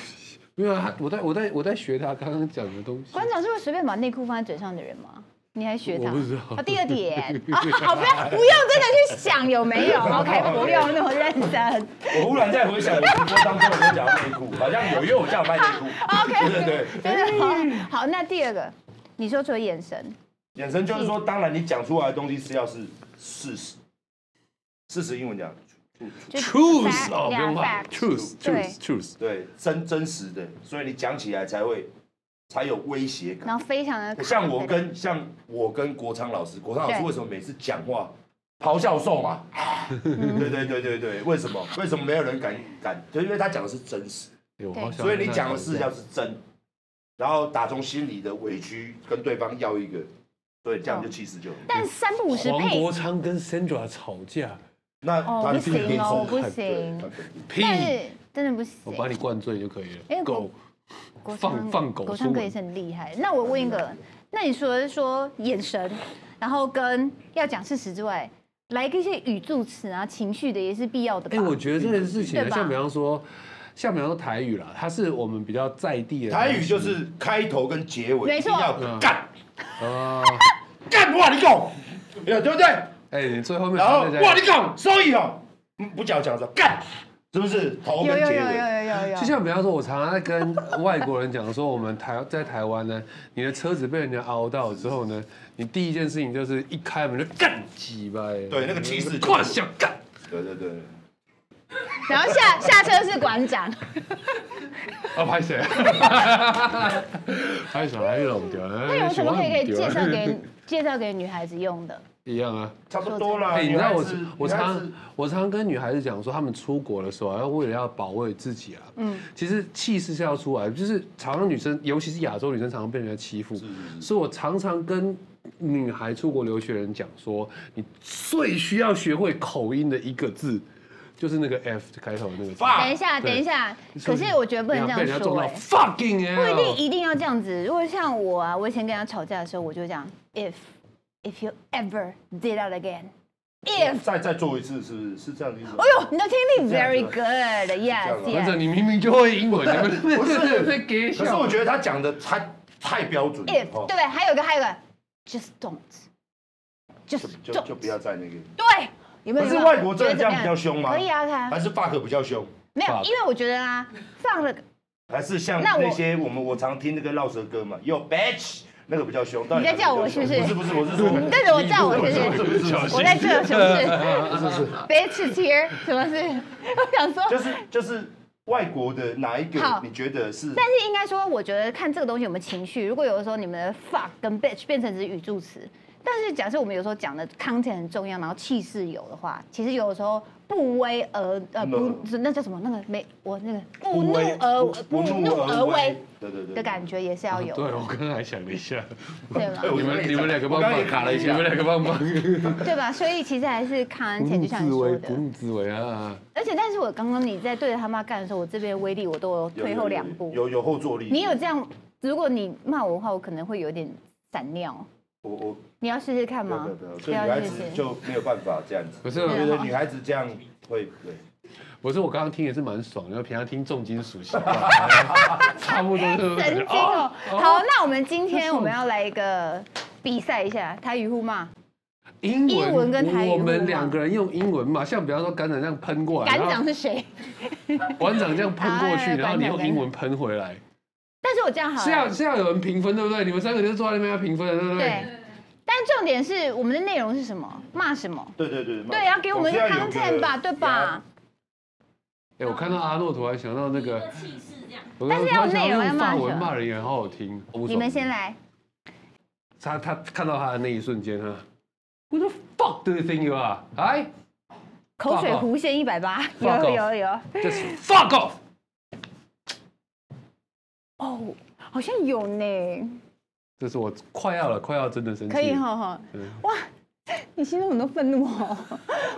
没有啊，我在我在我在学他刚刚讲的东西。
馆长是会随便把内裤放在嘴上的人吗？你还学他？
我不知道
啊，第二点 啊，好，不要不用真的去想有没有，OK，不用那么认真。
我忽然在回想我直播当中有没有讲到内裤，好像有，因为我这样 卖内裤。 对对对。
真的好，好，那第二个，你说除了眼神，
眼神就是说，当然你讲出来的东西是要是事实，事实英文讲，
就
Choose
fact，
哦，不用
yeah，
怕
fact
，Choose
对
Choose Choose。
对，真真实的，所以你讲起来才会才有威胁感。
然后非常的
像我跟像我跟国昌老师，国昌老师
对
为什么每次讲话咆哮兽嘛？对对对对对，为什么？为什么没有人敢敢？就因为他讲的是真实，
哎我好想
所以你讲的
看
事要是真，然后打从心里的委屈跟对方要一个，对，这样就气势就很高。
但三不五时
黄
配
国昌跟 Sandra 吵架，
那
哦
他
不
一定
行
是
哦，我不
很
对
行，
他，肯定
屁！
但是真的不行。
我把你灌醉就可以
哎
了。狗
我国
放
昌
放狗
国
出
昌哥
门
也是很厉害。那我问一个，那你除了说眼神，然后跟要讲事实之外，来一些语助词啊、情绪的也是必要的吧？
哎、我觉得这件事情啊
对吧
像比方说，像比方说台语啦，它是我们比较在地的
台语就是开头跟结尾
没错
一定要干
啊，
干哇你讲，有对不对？
哎、你最后面
然后
插在
哇你讲，所以哦，嗯不讲讲说干，是不是头
哦有
跟
有
结
有有
尾？
有有有
就，像比方说，我常常在跟外国人讲说，我们台在台湾呢，你的车子被人家凹到之后呢，你第一件事情就是一开门就干鸡巴，
对，那个气势。
胯下干，
对对对，
然后下下车是馆 长，
哦
啊拍 谁？拍谁？还是弄掉？
哎那有什么可以可以介绍给介绍给女孩子用的。
一样啊。
差不多啦。
哎、你知
女
道
孩
我
子
我
女孩
常
子
我常常跟女孩子讲说，她们出国的时候啊，要为了要保卫自己啊，嗯，其实气势是要出来的，就是常常女生，尤其是亚洲女生，常常被人家欺负，所以我常常跟。女孩出国留学的人讲说，你最需要学会口音的一个字，就是那个 F 开头的那个字。
啊
等一下，
对
等一下，可是我觉得不能这
被人
样
家中
说、
到
哎
fucking
不一
L
定一定要这样子。如果像我啊，我以前跟他吵架的时候，我就讲 if if you ever did that again if。
再再做一次，是不是是这样的意思吗？
哎呦，你的听力
这样
very
子
good，yes
这
反
yes
正。你明明就会英文，你们
不是
在给
可是
笑
我。觉得他讲的太太标准了
if
哦
对，还有一个还有一个 just don't，just
就就就不要再那个。
对，有没有？啊
可是
有没有
外国真的这样比较凶吗？
可以啊，可以啊
还是法克比较凶？
没有，
Fuck
因为我觉得啊，放了你
还是像
那我
那些我们我常听那个绕舌歌嘛，Yo bitch，那个比较凶。到底
你在叫
哪个比较
我是不是
凶不是不是，我是说
对着我叫我是不是
不是不是不是
我在这 是不是？Bitch here，什么事？我想说，
就是就是外国的哪一个
好
你觉得是？
但是应该说，我觉得看这个东西有没有情绪。如果有的时候你们的 fuck 跟 bitch 变成只是语助词，但是假设我们有时候讲的 content 很重要，然后气势有的话，其实有的时候不威而呃不那叫什么那个没我那个呃不怒
威
而
不
不
怒
怒而
威
威
对对对
的感觉也是要有
对，
的，
我刚才想了一下，
对吗？
你们你们两个帮
我刚
忙
也卡了一下
你们两个帮忙。
对吧？所以其实还是 content 就像你说的，
怒自为啊！
而且但是我刚刚你在对着他妈干的时候，我这边的威力我都有
有
退后两步
有。有有后坐力。
你有这样？如果你骂我的话，我可能会有点闪尿。
我我
你要试试看
不要
吗
不要不要，？
不
所
要试
以女孩子
试。
就没有办法这样子。
不是啊
我觉得女孩子这样会对。
我是我刚刚听也是蛮爽的，因为平常听重金属型，差不多就是
神经哦！好，那我们今天我们要来一个比赛一下，台语互骂，
英文
英文跟台语
我们两个人用英文嘛，像比方说馆长这样喷过来，
敢
然
长
后
是谁？
馆长这样喷过
啊
去，然后你
馆长
用英文喷回来，
但是我这样好
是要
了，
是要有人评分对不对？你们三个就是坐在那边要评分的对不
对
对？。
但重点是我们的内容是什么？骂什么？
对对对，
对，啊要给我们一个 content 吧，对吧？？
哎，我看到阿诺突然想到那个，
气势这样。
我
但是要
突
内
然想到
容
那
要
个
骂
法
什么
文骂人也好好听。
你们先来，
他他看到他的那一瞬间啊，Who the fuck do you think you are？哎
口水弧线一百八，
Fuck
有
off
有有，
，just fuck off！
哦，好像有呢，
这是我快要了，快要真的生气
可
了。
以哈哈
嗯，
哇，你心中很多愤怒哦，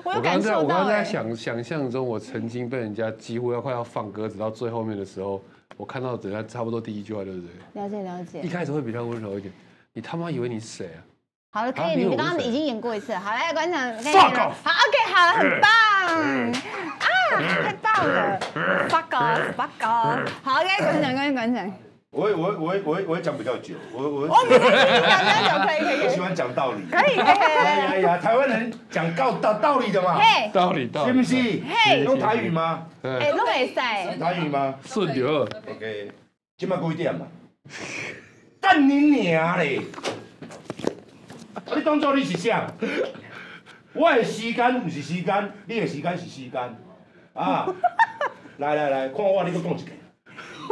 我有
我刚刚
感
在我
受
刚
到
刚在
哎，
想想象中，我曾经被人家几乎要快要放鸽子到最后面的时候，我看到人家差不多第一句话就是这个，
了解了解
一。开始会比较温柔一点。你他妈以为你是谁啊？
好了，可
啊
以，
你有
你刚
无
刚
水
已经演过一次了。好，来，馆长，该你
Fuck
了
off
好，OK，好了，很棒，啊，太棒了，fuck off，fuck off。好，该馆长，该馆长，
我会我会我会我会我会讲比较久，我我
哦，没关 系，你讲多久可以，可以，可
我
以
喜欢讲道理。
可以，可以，
哎
可
呀
以。
呀，台湾人讲道道道理的嘛，
嘿，
道理道
信不？
理，
信？
嘿
用台语吗？
哎，
对，
都可以塞，
台语吗
顺流
？OK，今麦几点嘛？ 干你娘嘞！啊你当做你是啥？我的时间不是时间，你的时间是时间。啊， 来来来，看我你搁讲一个。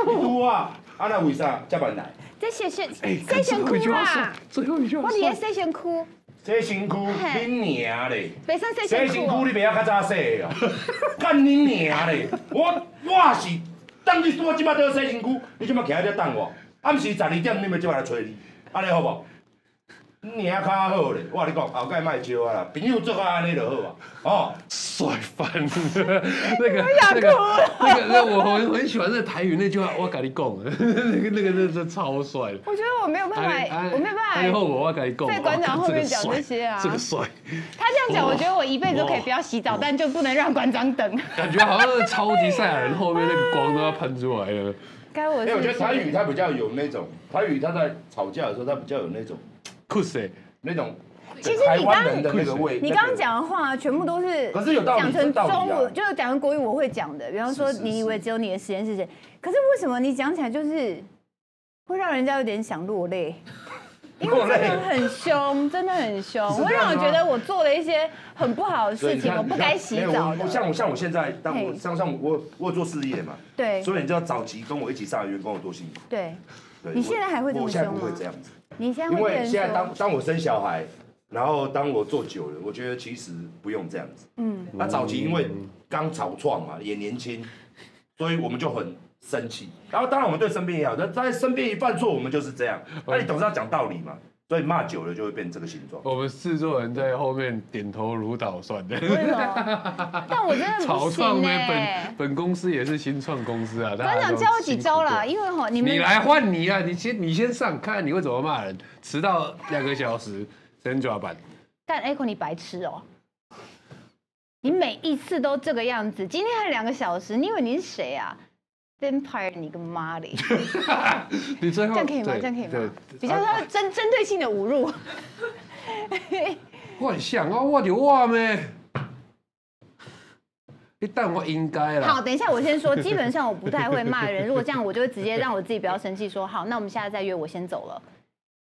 拄啊，啊那为啥这么难？
这谢谢，
哎，
谢谢
最后
哭啊
一句话
啦
算，，最后一句话
我底下
算。
谢谢哭，
洗身躯，恁娘嘞！
北上谢
洗
谢
身躯
哭
你
哦，
袂晓较早洗的哦， 干恁娘嘞！我我是当你我即摆在洗身躯，你即摆徛在这等我，暗时十二点你要即摆来找你，安尼好无？恁娘较好咧，我甲你讲，后盖莫招啊啦，朋友做到安尼就好啊，哦。
帅翻 了，那个那个那个，那我我很喜欢那台语那句话，我跟你讲，那个那个那真超帅哎的。
我觉得我没有办法，我没有
然
办
后
法。
我我跟你讲，
在馆长
哦
后面讲这些啊
这个帅，
他这样
哦
讲，我觉得我一辈子都可以不要洗澡，但就不能让馆长 等。
感觉好像是超级赛亚人后面那个光都要喷出来了。
该我
哎、
是
我觉得台语它比较有那种，台语它在吵架的时候，它比较有那种
酷谁？
那种
其实
台
你
湾
刚
人的那个味。
你刚刚讲的话全部都是，
可是有道理
讲成
这道理啊
中文，就是讲成国语我会讲的。比方说，
是是
你以为只有你的实验室写，可是为什么你讲起来就是会让人家有点想落泪？因为真的 很凶， 真的很凶，
是这样吗
会让我觉得我做了一些很不好的
所以
事
你
情，
看
我不该洗
没有
澡
我我
的。
像我像我现在，当我
嘿
像像我我有做事业嘛，
对
所以你知道早期跟我一起上的员工有多辛苦。
对，
对
你
我
现在还会这么
我现在
凶
不
吗
会这样子，
你现在
因
会变
为
成
现在当
说，
当我生小孩，然后当我做久了，我觉得其实不用这样子。
嗯，
那早期因为刚草创嘛，也年轻，所以我们就很生气。然后当然我们对身边也好，但但是身边一犯错，我们就是这样。
哦
那你总是要讲道理嘛，所以骂久了就会变这个形状。
我们制作人在后面点头如捣蒜的。
为什么？ 但我真的
草
不
创
信
呢，
啊
哎
本。本公司也是新创公司啊。
班
班
长教我几招啦，
了，
因为哈你们
你来换你啊，你先你先上，看看你会怎么骂人。迟到两个小时，先抓板。
但 Echo 你白痴哦、你每一次都这个样子，今天还两个小时，你以为你是谁啊？Vampire，你个妈的！这
你最后
这样可以吗？
对
这样可以吗
对？
比较
啊
说针针对性的侮辱，
我很像啊，我有我咩？你但我应该
好，
啦。
等一下我先说，基本上我不太会骂人，如果这样我就会直接让我自己不要生气，说好，那我们下次再约，我先走了，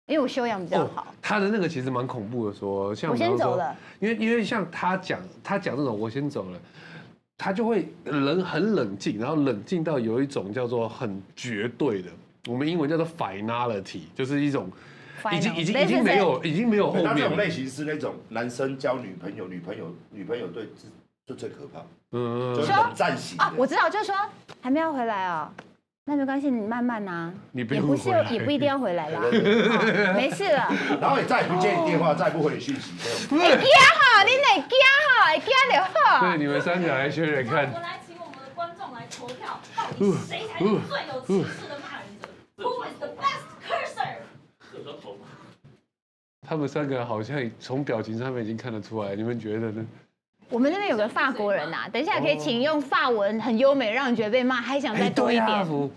因为我修养比
哦
较好，
他的那个其实蛮恐怖的说像
我
比方
先走
说
了，
因为因为像他讲他讲这种我先走了，他就会人很冷静，然后冷静到有一种叫做很绝对的，我们英文叫做 finality，就是一种已经
Final
已经已经没有已经没有后
那这
面
种
了
类，型是那种男生交女朋友，女朋友女朋友对自就最可怕，
嗯
就是，冷战型
啊，我
的。
知道，就是说还没有回来哦。那没关系，你慢慢啊，
你不
也
用
不是
回来
也不一定要回来 啦，好没事了。
然后也再也不接你电话，再也不回你讯息，
不是，
啊好，你哪惊好，会惊就好。
对你们三秒来确认看
我，来请我们的观众来投票，到底谁才是最有气势的骂人者？Who is the best cursor？
他们三个好像从表情上面已经看得出来，你们觉得呢？
我们那边有个法国人呐、啊，等一下可以请用法文很优美，让你觉得被骂还想
哎
再多一点。
福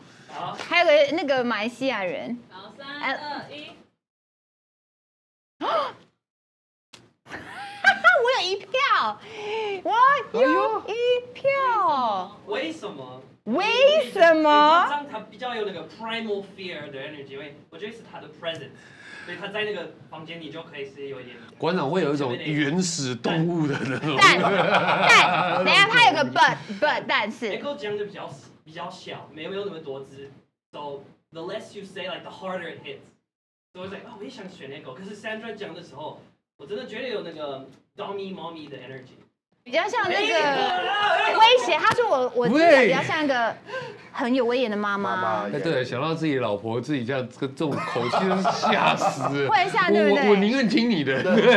还有个那个马来西亚人，
然后三二一，
啊，我有一票，我有一票，
为什么？
为什
这
么？
样他比较有那个 primal fear 的 energy，因为我觉得是他的 presence，所以他在那个房间里就可以是有一点。
馆长会有一种原始动物的那种，
但但等一下他有个 but but 但
e
是
c o 讲的比较比较小，没有没有那么多只。So the less you say, like the harder it hits. So I was like, 啊、我也想选 Echo，可是 Sandra 讲的时候，我真的觉得有那个 dummy mommy 的 energy。
比较像那个
个
威胁，他说我我听起来比较像一个很有威严的妈
妈
妈
妈。
哎，对，想到自己老婆自己这样这这种口气，真是吓死了。
会吓对不
我
对
我宁愿听你的。
等一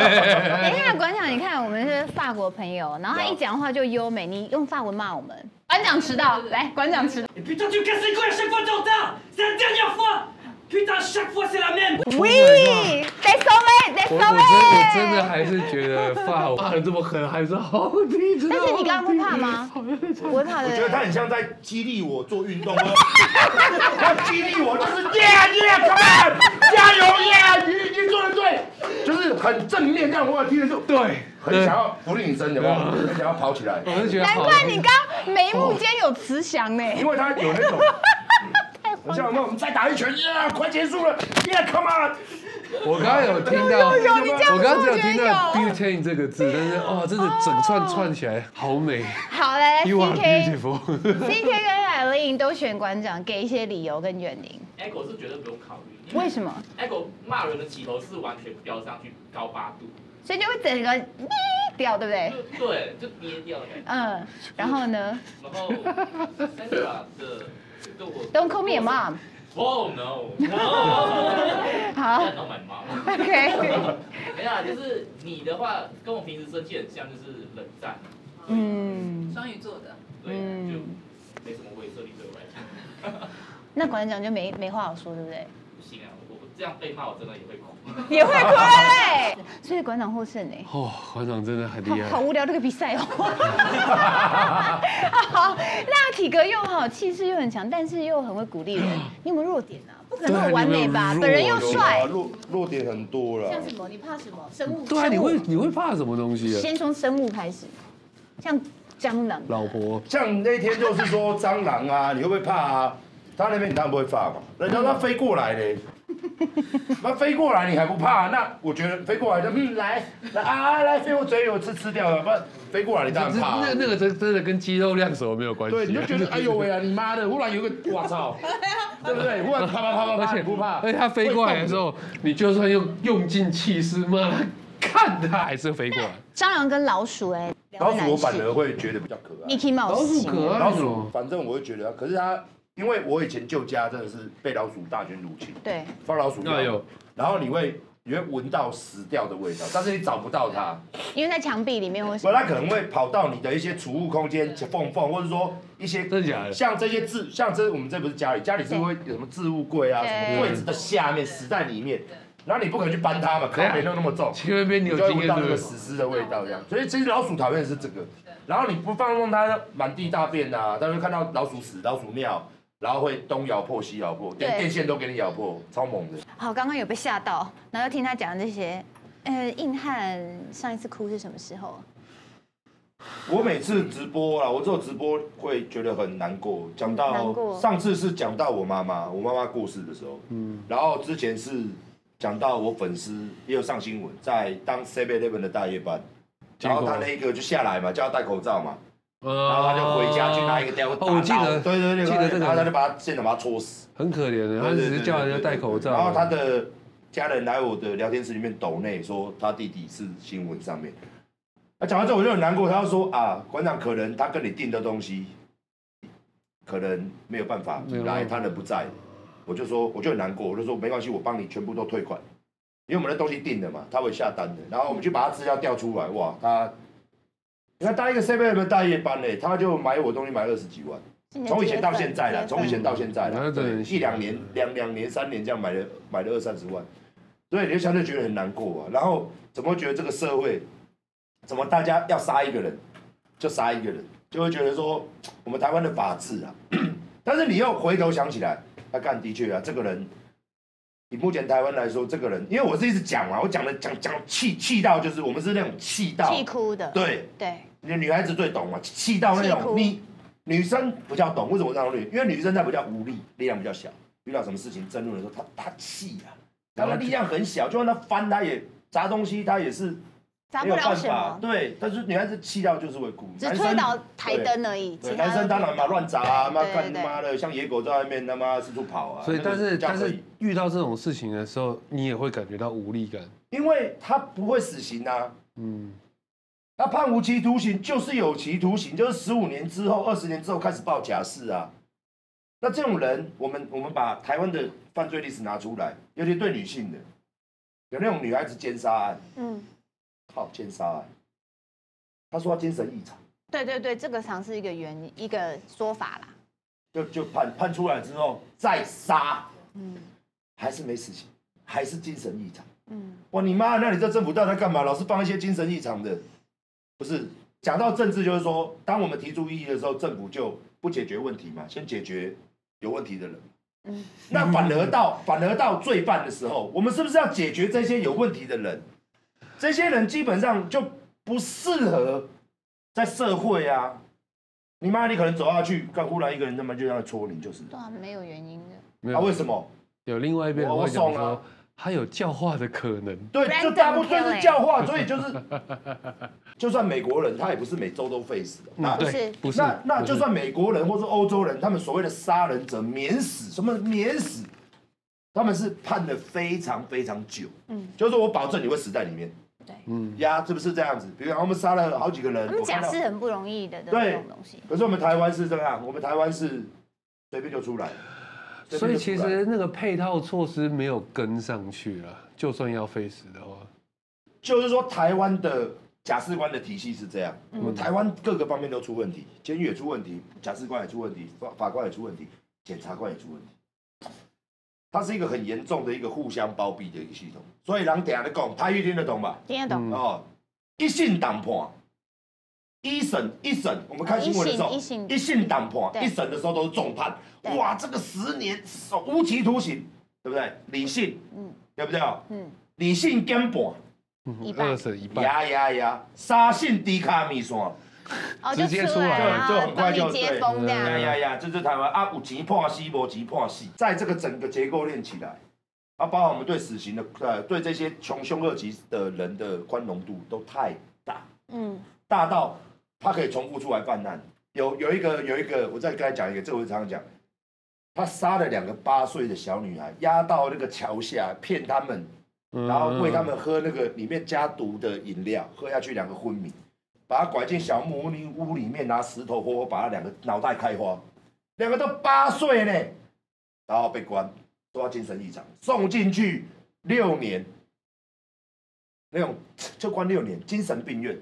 下，馆长，你看我们是法国朋友，然后他一讲话就优美，你用法文骂我们，馆长迟到，来，馆长迟到
Et putain, tu casses les couilles à chaque fois que t'es en retard C'est la dernière fois Putain, chaque fois c'est la même
，We t h e y so late, t h e
我
y
我
so
真我真
late。
的还是觉得 发骂的这么狠，还是好听。真的
但是你刚刚
好
会
听
怕吗？不会怕
我
的。
觉得他很像在激励我做运动哦，他激励我就是耶耶，come on，加油耶，你你做的对，就是很正面，让我听的就
对，
很想要福利你真的话，很想要跑起来，
我是觉得
难
好
怪你刚眉目间有慈祥呢。
因为他有 那种。你像我们，我们再打一拳，耶、快结束了，耶、yeah,，come on！
我刚刚有听到，
你这
我刚刚只有听到
我觉得
“butane” 这个字，但是哦，真的整串串起来好美
好来，C 哎
，You are
K
beautiful。
C K 跟海琳都选馆长，给一些理由跟原因，
Echo 是绝对不用考虑，因为
为什么？
Echo 骂人的起头是完全飙上去高八度，
所以就会整个咪掉，对不对？
就对，就憋掉了。
嗯，然后呢
然后 Sandra 的这个我
？Don't call me your mom。
Oh no no！
好
n o my mom。
，OK。
没啦，就是你的话跟我平时生气很像，就是冷战，
嗯，
双鱼座的，
对，
嗯
就没什么威慑力对我来讲。
那馆长就没没话好说，对不对？
不行啊，我我这样被骂我真的也会哭。
也会哭对不对？所以馆长获胜哎。
哦，馆长真的很
好
厉害
好。无聊这个比赛哦。 好，那体格又好，气势又很强，但是又很会鼓励 人。你有没有弱点啊？不可能那么完美吧？
对啊你有没有
本人又
弱
帅
有啊，弱弱点很多了。
像什么？你怕什么？生物？
对啊，你会你会怕什么东西啊？
先从生物开始，像蟑螂。
老婆，
像那天就是说蟑螂啊，你会不会怕啊？他那边你当然不会怕嘛，人家他飞过来嘞，那飞过来你还不怕？那我觉得飞过来就嗯来来啊来飞我嘴里我吃吃掉了，不然飞过来你当然
这
怕啊、
那那个真真的跟肌肉量什么没有关系啊，
对，你就觉得哎呦喂啊，你妈的！忽然有一个，哇操，对不对？忽然啪啪啪啪啪，
而且
你不怕，
哎而且它飞过来的时候，你就算用用尽气势骂它，看它还是飞过来。
蟑螂跟老鼠哎、两
老
位
鼠我
男士
反而会觉得比较可爱。
Mickey Mouse
老鼠
型
可
的
爱
老鼠，啊反正我会觉得，可是它，因为我以前旧家真的是被老鼠大军入侵，
对，
放老鼠
哎
药
呦，
然后你会你会闻到死掉的味道，但是你找不到它，
因为在墙壁里面或是
不然它可能会跑到你的一些储物空间缝缝，或者说一些
真的假的？
像这些置，像这我们这不是家里，家里是会有什么置物柜啊，
对
什么柜子的下面死在里面，然后你不可能去搬它嘛，可
对啊
能没弄那么重，
前面你
你
有
就会
经
闻到
验
那
对
个
不对？
死尸的味道这样。所以其实老鼠讨厌的是这个，然后你不放纵它满地大便啊，但是看到老鼠屎、老鼠尿，然后会东咬破西咬破，连
对
电线都给你咬破，超猛的。
好，刚刚有被吓到，然后又听他讲这些。呃，硬汉上一次哭是什么时候？
我每次直播啊，我做直播会觉得很难过。讲
难
到
过
上次是讲到我妈妈，我妈妈过世的时候，嗯，然后之前是讲到我粉丝也有上新闻，在当 Seven Eleven 的大夜班，
结
然
果
后他那个就下来嘛，叫他戴口罩嘛，然后
然
他就回家去拿一个电话打到，
啊哦，我记得，
对对对，
记得这
然后他就
个
把他现场把他戳死，
很可怜的，他
对
只是叫人家戴口罩。
然后他的家人来我的聊天室里面抖内说他弟弟是新闻上面。那讲完之后我就很难过，他就说啊，馆长可能他跟你订的东西，可能没有办法
没有办法
来，他人不在，我就说我就很难过，我就说没关系，我帮你全部都退款，因为我们的东西订了嘛，他会下单的，然后我们就把他资料调出来，哇，他。你看，当一个 seven 的大夜班嘞，他就买我东西买二十几万，从以前到现在啦，从以前到现在啦，
那真的
对
很啊
一两年、两两年、三年这样买了买了二三十万，所以你就相对觉得很难过啊。然后怎么会觉得这个社会，怎么大家要杀一个人就杀一个人，就会觉得说我们台湾的法治啊， 但是你又回头想起来，那干的确啊，这个人。以目前台湾来说，这个人，因为我是一直讲嘛，我讲的讲讲气气到，就是我们是那种气到，
气哭的，
对，
对，
你女孩子最懂嘛，气到那
气
种
哭
你女生比较懂，为什么这样女？因为女生她比较无力，力量比较小，遇到什么事情争论的时候，她她气啊，她的力量很小，就算她翻，她也砸东西，她也是
砸
没
不
有
了
办
什
法。
么，
对，但是女孩子气到就是会哭，
只
男
推
生
倒台灯而已。
对
其他
男
都
生当然嘛乱砸啊，妈
对
干
对
妈的像野狗在外面他妈四处跑啊。
所以
那，个
但是
这样
但
可以
是遇到这种事情的时候，你也会感觉到无力感。
因为他不会死刑啊，
嗯，
他判无期徒刑就是有期徒刑，就是十五年之后、二十年之后开始报假释啊。那这种人，我们我们把台湾的犯罪历史拿出来，尤其对女性的，有那种女孩子奸杀案，
嗯，
靠奸杀案，他说他精神异常，
对对对，这个常是一个原因，一个说法啦。
就就判判出来之后再杀，还是没死刑，还是精神异常。
嗯
哇，你妈！那你这政府到底在干嘛？老是放一些精神异常的，不是？讲到政治，就是说，当我们提出异议的时候，政府就不解决问题嘛，先解决有问题的人。
嗯
那反而到反而到罪犯的时候，我们是不是要解决这些有问题的人？这些人基本上就不适合在社会啊。你妈，你可能走下去，干忽然一个人他妈就要戳你，就是。
对啊，没有原因的。
没
啊，为
有。
什么？
有另外一边人
我
会讲
我送啊
说，他有教化的可能。
对，
Random 欸
就大部分
killing
是教化，所以就是， 就算美国人，他也不是每周都 face 的。那
嗯，对
是，
不是。
啊那那
不是
就算美国人或是欧洲人，他们所谓的杀人者免死，什么免死，他们是判的非常非常久。
嗯
嗯，就是说我保证你会死在里面。
对
嗯呀，是不是这样子？比如讲我们杀了好几个人，
他们
我看
假
到
释很不容易的，对
对
这种东西。
可是我们台湾是这样，我们台湾是随便就出来了。随
所以
便就
其
出来了
实那个配套措施没有跟上去了，就算要 face 的话，
就是说，台湾的假释官的体系是这样，我们台湾各个方面都出问题，监狱也出问题，假释官也出问题，法法官也出问题，检察官也出问题。它是一个很严重的一个互相包庇的一个系统，所以人底下在讲，台语听得懂吧？
听得懂？
嗯
哦，一信党判，一审一审，我们看新闻的时候，
哦一审一审
一信党判，
对
一审的时候都是重判，
对
哇，这个十年哦无期徒刑，对不对？理性，
嗯
对不对？哦
嗯，
理性减半。
嗯
一半
二审一半，
呀呀呀！杀信低卡米线，
哦，就
直接
出
出来
来，
了
然
就
后
很快
帮你
就
接
对嗯
风这
呀
样。
呀呀！这是台湾啊，有钱判死，无钱判死。在这个整个结构链起来，啊，包括我们对死刑的呃，对这些穷凶恶极的人的宽容度都太大，
嗯，
大到他可以重复出来犯案。有有一个有一个，我再跟他讲一个，这我常常讲，他杀了两个八岁的小女孩，押到那个桥下骗他们，然后喂他们喝那个里面加毒的饮料，喝下去两个昏迷，把他拐进小木屋屋里面，拿石头活活把他两个脑袋开花，两个都八岁呢，然后被关，抓精神异常，送进去六年，那种就关六年，精神病院，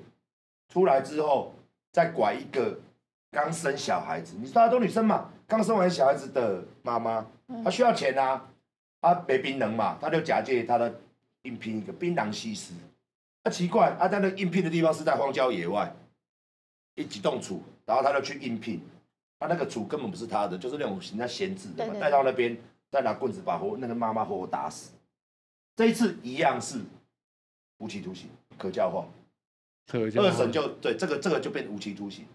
出来之后再拐一个刚生小孩子，你大啊家都女生嘛，刚生完小孩子的妈妈，
嗯
她需要钱啊，她没槟榔嘛，她就假借她的应聘一个槟榔西施，啊奇怪，啊她的应聘的地方是在荒郊野外，一几栋厝，然后她就去应聘，她那个厝根本不是她的，就是那种人家闲置的
对
嘛，
对
带到那边再拿棍子把活那个妈妈活活打死，这一次一样是无期徒刑，可教化。
特哦教
二审就对这个这个就变无期徒刑。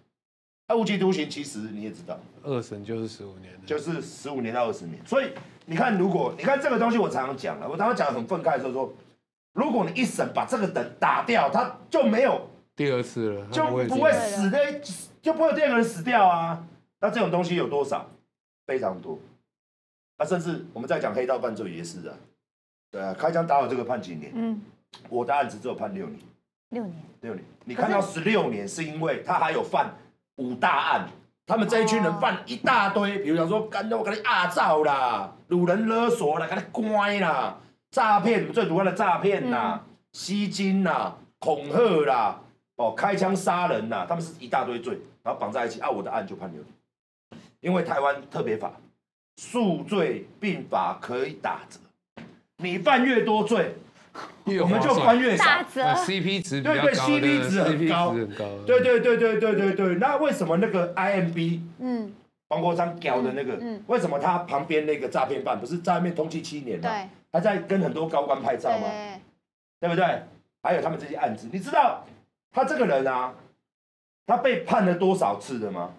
那、无期徒刑其实你也知道，
二审就是十五年的，
就是十五年到二十年。所以你看，如果你看这个东西，我常常讲了，我常常讲得很愤慨的时候说，如果你一审把这个人打掉，他就没有
第二次了，
就
他
不
会这
会
样
死的，就不会有第二个人死掉啊。那这种东西有多少？非常多。啊，甚至我们在讲黑道犯罪也是啊，对啊，开枪打我这个判几年？
嗯，
我的案子只有判六年。
六年，
六年，你看到十六年是因为他还有犯五大案，他们这一群人犯一大堆，比如讲说，干我给你压造啦，掳人勒索啦，给你关啦，诈骗最主要的诈骗啦，吸金啦，恐吓啦，哦，开枪杀人啦，他们是一大堆罪，然后绑在一起，啊，我的案就判六年，因为台湾特别法，数罪并罚可以打折，你犯越多罪，
越
我们就
划算
关越少。
打折
那 CP 值比较
对
高
对
的
，CP 值很高
值很高，
对，对对对对对对，那为什么那个 IMB
嗯，
黄国昌屌的那个，
嗯嗯
为什么他旁边那个诈骗犯不是在外面通缉七年吗？
对，
还在跟很多高官拍照吗？
对，
对不对？还有他们这些案子，你知道他这个人啊，他被判了多少次的吗？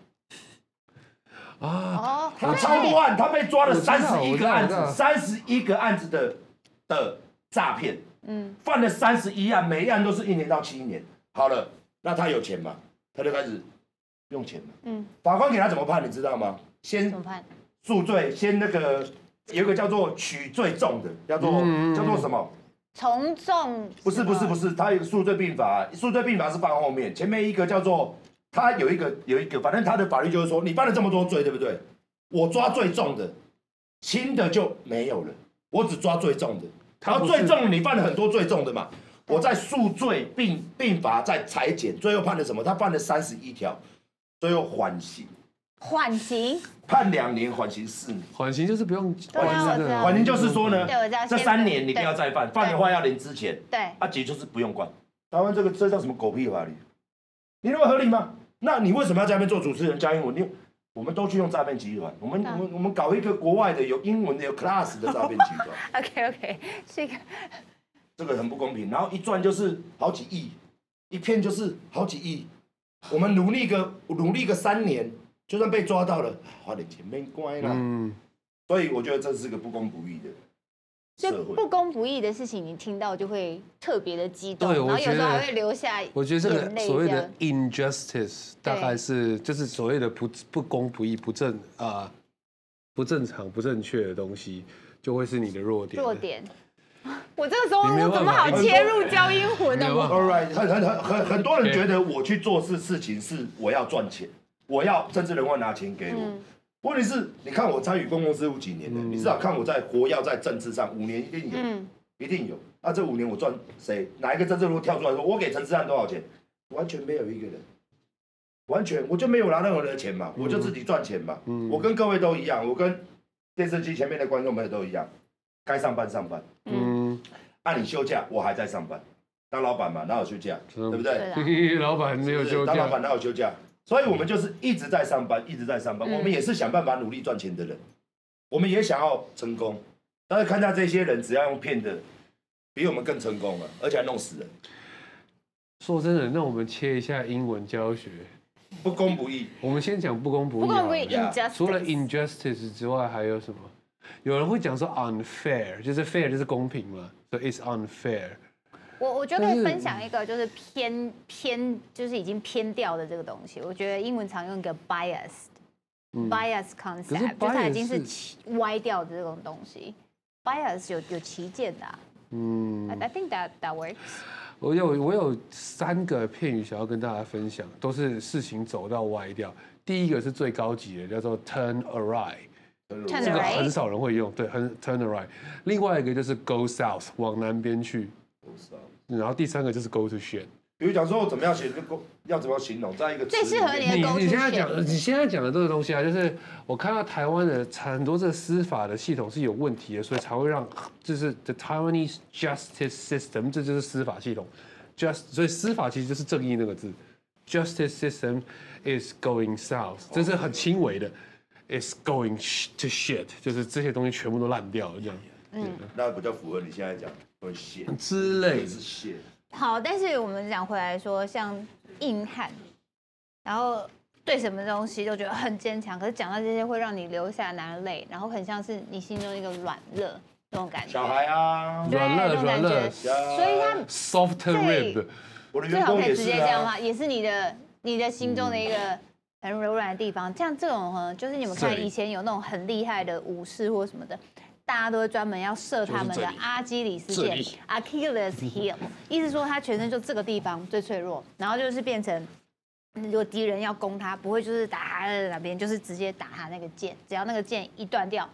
啊，
哦，
他超多案，他被抓了
我知道
三十一个案子
我，知
三十一个案子的的诈骗，
嗯，
犯了三十一案，每一案都是一年到七年。好了，那他有钱吗？他就开始用钱了。
嗯，
法官给他怎么判，你知道吗？先
怎么判？
数罪，先那个有一个叫做取罪重的，叫做、
嗯
叫做什么？
从重
不是不是不
是，
是，它有数罪并罚，数罪并罚是放后面，前面一个叫做他有一个有一个，反正他的法律就是说，你犯了这么多罪，对不对？我抓最重的，轻的就没有了，我只抓最重的。然
他
后
不是
最重你犯了很多最重的嘛，我在数罪并并罚再裁减，最后判了什么？他犯了三十一条，最后缓刑，
缓刑，
判两年，缓刑四年。
缓刑就是不用，
对啊
缓刑
我知道
缓刑就是说呢
对，我知道，
这
先
三年你不要再犯，犯的话要领之前，
对，
阿杰啊就是不用管。台湾这个这叫什么狗屁法律？你认为合理吗？那你为什么要在那边做主持人教英文？你我们都去用诈骗集团，我
啊
们我们我们搞一个国外的有英文的有 class 的诈骗集团，
OK OK，是一个
这个很不公平。然后一赚就是好几亿，一骗就是好几亿。我们努力个努力个三年，就算被抓到了，花点钱没关啦。
嗯，
所以我觉得这是个不公不义的
所以
社会。
不公不义的事情，你听到就会特别的激动，
对
然后
我觉
有时候
得
还会流下眼泪。
我觉得这个所谓
这
的
样
injustice 大概是就是所谓的不不公不义不正啊、不正常不正确的东西，就会是你的弱点。
弱。点。 我这个时候
你没有
我怎么
办法
好切入教英魂
没
呢？
有办 法
All right，很很很很很多人觉得我去做事事情是我要赚钱，我要政治人物拿钱给我。
嗯
问题是，你看我参与公共事务几年了，你至少看我在活要在政治上五年一定有，
嗯
一定有。那、这五年我赚谁？哪一个政治人物跳出来说我给陈志汉多少钱？完全没有一个人，完全我就没有拿任何人的钱嘛，我就自己赚钱嘛。
嗯
我跟各位都一样，我跟电视机前面的观众朋友都一样，该上班上班。
嗯，
按、你休假，我还在上班，当老板嘛，哪有休假？
嗯
对不对？
对啦，
老板没有啊休
当老
假
板。哪有休假？所以我们就是一直在上班，一直在上班。
嗯
我们也是想办法努力赚钱的人，我们也想要成功，但是看到这些人只要用骗的，比我们更成功了，而且还弄死人，
说真的，那我们切一下英文教学，
不公不义。
我们先讲不公不义
不
好了。
公不义
呀
injustice。
除了 injustice 之外，还有什么？有人会讲说 unfair，就是 fair 就是公平嘛，所以 it's unfair。
我我觉得
但
可
是
以分享一个就是偏偏就是已经偏掉的这个东西。我觉得英文常用一个 bias bias
嗯可是
concept，就是它已经
bias
是
是
起歪掉的这种东西。bias 有有旗舰的、啊
嗯，
I I think that that works。
我有我有三个片语想要跟大家分享，都是事情走到歪掉。第一个是最高级的，叫做 turn awry，
Turn
这个
right
很少人会用，对，很 turn awry。另外一个就是 go south，往南边去。然后第三个就是 go to shit。
比如讲说我怎么样写这个，要怎么样形容，在一个词
最适合
里面
你的 go
你
to
你现在讲
shit
你现在讲的这个东西啊，就是我看到台湾的很多这个司法的系统是有问题的，所以才会让就是 the Taiwanese justice system，这就是司法系统，just 所以司法其实就是正义那个字，justice system is going south，这是很轻微的，is going sh- to shit，就是这些东西全部都烂掉了这样
嗯
那比较符合你现在讲会写，
之类
也
的
是。写。
好，但是我们讲回来说，像硬汉，然后对什么东西都觉得很坚强，可是讲到这些会让你流下男泪，然后很像是你心中一个软肋那种感觉。
小孩啊，
对
软
那
肋
种
软
感
肋
觉，所以他
soft
最
rib，
我的
最
员
好
工
可
也
以直
是
接这样
啊，
骂，也是你的你的心中的一个很柔软的地方。像这种呃，就是你们看
这里
以前有那种很厉害的武士或什么的。大家都会专门要射他们
就是
的
这里
阿基里斯
这
腱
里
（Achilles heel），意思说他全身就这个地方最脆弱，然后就是变成，嗯如果敌人要攻他，不会就是打他的哪边，就是直接打他那个剑，只要那个剑一断掉，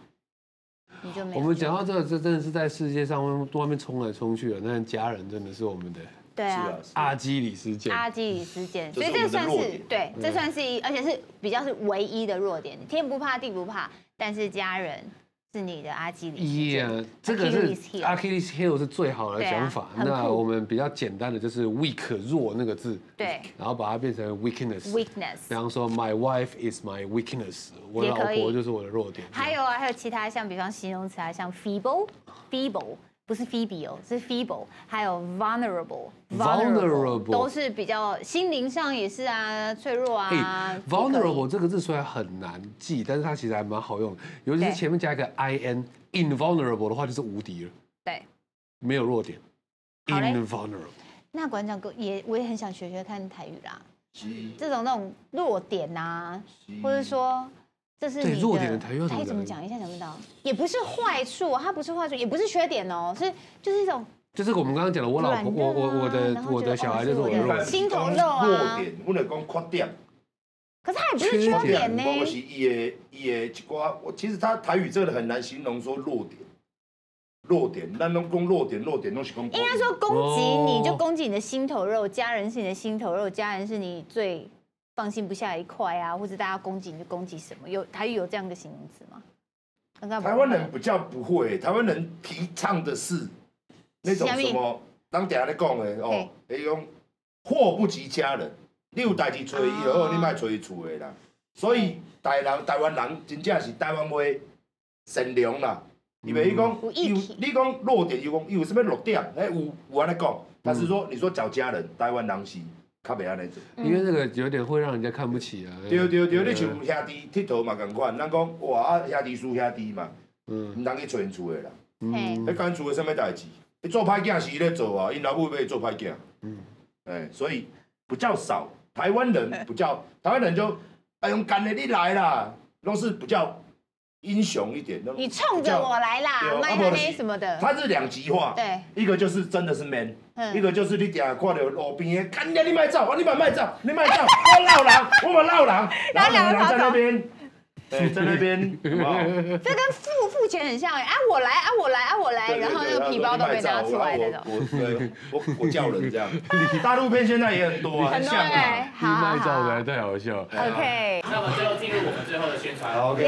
你就没有
我
救。
们讲到这个，这真的是在世界上外外面冲来冲去的，那家人真的是我们的
对
是
啊，
啊，是
阿基里斯腱。
阿基里斯腱，所
这是
以这个算
我们的弱
是
点
对，
嗯
这算是一，而且是比较是唯一的弱点。天不怕地不怕，但是家人是你的阿基里斯
耶
腱。
啊这个
Achilles
是
heel
Achilles heel 是最好的
对啊
讲法。
很
那
酷
我们比较简单的就是 weak 弱那个字，
对
然后把它变成 weakness。比
weakness。
方说，My wife is my weakness，我
也
老
可以
婆就是我的弱点。
还有啊，还有其他像，比方形容词啊，像 feeble，feeble 不是 feeble 哦，是 feeble，还有 vulnerable，vulnerable
Vulnerable
都是比较心灵上也是啊，脆弱
嘿
啊。
哎 vulnerable 这个字虽然很难记，但是它其实还蛮好用的，尤其是
对
前面加一个 in，invulnerable 的话就是无敌了，
对，
没有弱点。
好嘞
invulnerable。
那馆长哥也，我也很想学学看台语啦。
啊
这种那种弱点呐、啊，或者说这是
对
你哎
弱点的台语要怎么
怎么
讲
讲？一下想不到，也不是坏处，啊它不是坏处，也不是缺点哦，是就是一种
就是我们刚刚讲的，我老婆，
软弱
我
啊
我我的
然后
我的
觉得
小
哦
孩
是
就是我
我
的
的
弱点。
心头肉啊
弱点不能讲缺点，
可是它也不是缺点呢、
我是伊的伊的一寡，我其实他台语真的很难形容说弱点，弱点，咱拢讲弱点，弱点拢是讲。
应该说攻击
哦
你就攻击你的心头肉，家人是你的心头肉，家人是你最放心不下的一块啊，或者大家攻击你就攻击什么？有台语有这样的形容词吗？刚啊刚不
台湾人比较不会，台湾人提倡的是那种
什么
什么，咱底下咧讲的哦，迄种祸不及家人，你有代志找伊就好，
哦
你莫找伊厝的啦。所以台人台湾人真正是台湾话善良啦，你袂伊讲
嗯有义
有
气
你讲弱点，伊讲伊有什么弱点，哎有有安尼讲，但是说你说找家人，台湾人是较袂安尼做。
因为这个有点会让人家看不起啊。
对对对，你像兄弟佚佗嘛共款，咱讲哇啊兄弟输兄弟嘛，
嗯
毋通去找因厝的啦。
嘿
迄间厝诶，啥物代志？伊做歹囝是伊咧做啊，因老母要伊做歹囝。
嗯
嗯，哎、所以比较少，台湾人比较，台湾人就哎用干的你来啦，都是比较英雄一点。
你冲着我来啦
对，啊
麦当
不然
黑
是
什么的，
他是两极化，
对，
一个就是真的是 man，、
嗯
一个就是你定看到路边的，干你你卖走，啊你嘛卖走，你 卖走，我老人，我嘛老人，然后两个人在那边， 对，在那边，有没有
这跟付付钱很像哎、啊我来啊我来啊我来，然后那个皮包都被拿出来那种，
我我我我叫人 这样，大陆片现在也很多啊，
很多人 哎，好好
卖照的
好
还太好笑。
，OK，
那我们最后进入我们最后的宣
啊
传。
OK，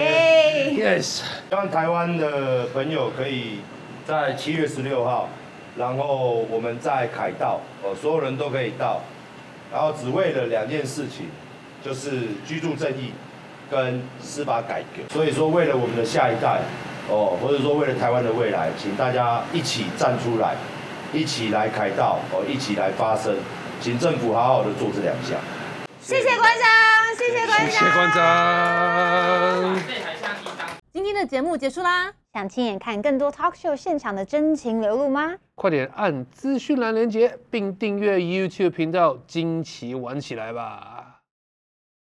耶，
Yes，
希望台湾的朋友可以在七月十六号，然后我们在凯道，哦，所有人都可以到，然后只为了两件事情，就是居住正义跟司法改革。所以说，为了我们的下一代，哦，或者说为了台湾的未来，请大家一起站出来，一起来凯道，哦，一起来发声，请政府好好的做这两项。
谢谢关长，谢谢关
谢
长
谢。关长。
这还像一张。
今
天
天
的节目结束啦！
想亲眼看更多 talk show 现场的真情流露吗？
快点按资讯栏连接，并订阅 YouTube 频道，惊奇玩起来吧！